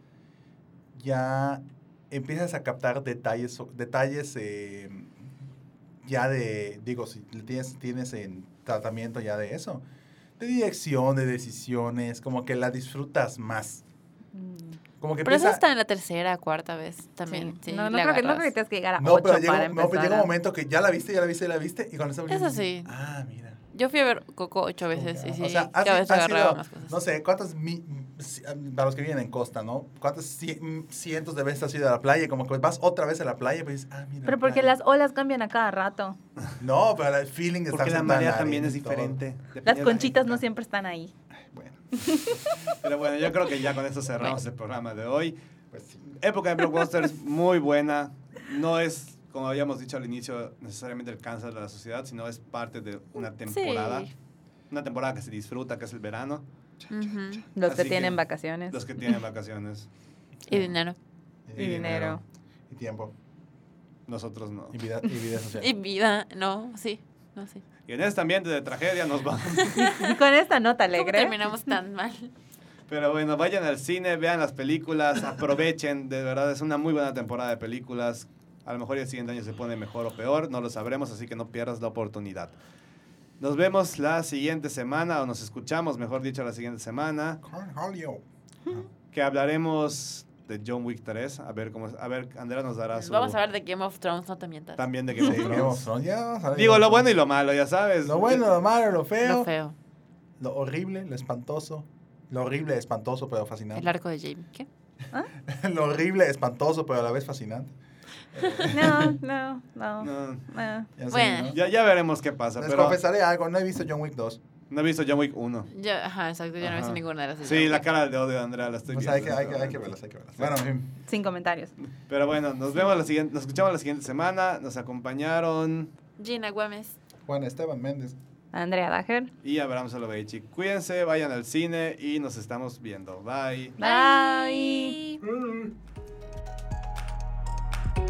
ya empiezas a captar detalles, so- detalles eh, ya de, digo, si le tienes, tienes en tratamiento ya de eso, de dirección, de decisiones, como que la disfrutas más. mm, Como que Pero eso empieza- está en la tercera, cuarta vez también. Sí, no, no le creo, que, no agarras. creo que tengas que llegar a No, ocho pero para llega, empezar. no, pero llega un a- momento que ya la viste, ya la viste, ya la viste. Y cuando estamos Eso sí. Ah, mira. Yo fui a ver Coco ocho veces y Ah, sí, o sea, has- cada vez has agarraba ido, más cosas. No sé, ¿cuántas. mi- ci- para los que viven en costa, ¿no? ¿Cuántas cien- cientos de veces has ido a la playa? Y Como que vas otra vez a la playa y pues dices, ah, mira. Pero la porque playa. las olas cambian a cada rato. No, pero el feeling de Porque la estar sentada en marea también arena es y todo. diferente. depende Las de la conchitas no época. siempre están ahí. Bueno, Pero bueno, yo creo que ya con esto cerramos el programa de hoy. pues sí. Época de blockbusters muy buena. No es, como habíamos dicho al inicio, necesariamente el cáncer de la sociedad, sino es parte de una temporada. Sí. Una temporada que se disfruta, que es el verano. Ujú. Los Así que que- tienen vacaciones. Los que tienen vacaciones. Y dinero. Y dinero. Y tiempo. Nosotros no. Y vida, y vida social. Y vida, no, sí. No, sí. Y en este ambiente de tragedia nos vamos. Y con esta nota ¿Cómo alegre. terminamos tan mal? Pero bueno, vayan al cine, vean las películas, aprovechen. De verdad, es una muy buena temporada de películas. A lo mejor el siguiente año se pone mejor o peor, no lo sabremos, así que no pierdas la oportunidad. Nos vemos la siguiente semana, o nos escuchamos, mejor dicho, la siguiente semana, Cornholio. que hablaremos de John Wick 3. A ver, cómo, es- a ver Andrea nos dará su... Pues Vamos a hablar de Game of Thrones, no te mientas. También de Game Sí, of Game of Thrones. Thrones, ya vamos a ver. Digo, lo bueno y lo malo, ya sabes. Lo bueno, lo malo, lo feo. Lo feo. Lo horrible, lo espantoso. Lo horrible, espantoso, pero fascinante. El arco de Jamie. ¿Qué? <laughs> lo horrible, espantoso, pero a la vez fascinante. No, no, no. Ah, No, no. Ya sé, Bueno. ¿no? ya, ya veremos qué pasa, Les pero confesaré algo, no he visto John Wick 2. no he visto John Wick 1. Yo, ajá, exacto, yo no he visto Ajá. ninguna de las. Sí, la cara de odio de Andrea la estoy O sea, viendo. Pues hay en este que, hay, que, hay que momento. verlas, hay que verlas. Bueno, en fin. Sin comentarios. Pero bueno, nos vemos la siguiente, nos escuchamos la siguiente semana. Nos acompañaron Gina Gómez. Juan Esteban Méndez. Andrea Dager. y Abraham Soloveitchik. Cuídense, vayan al cine y nos estamos viendo. Bye. Bye. Bye.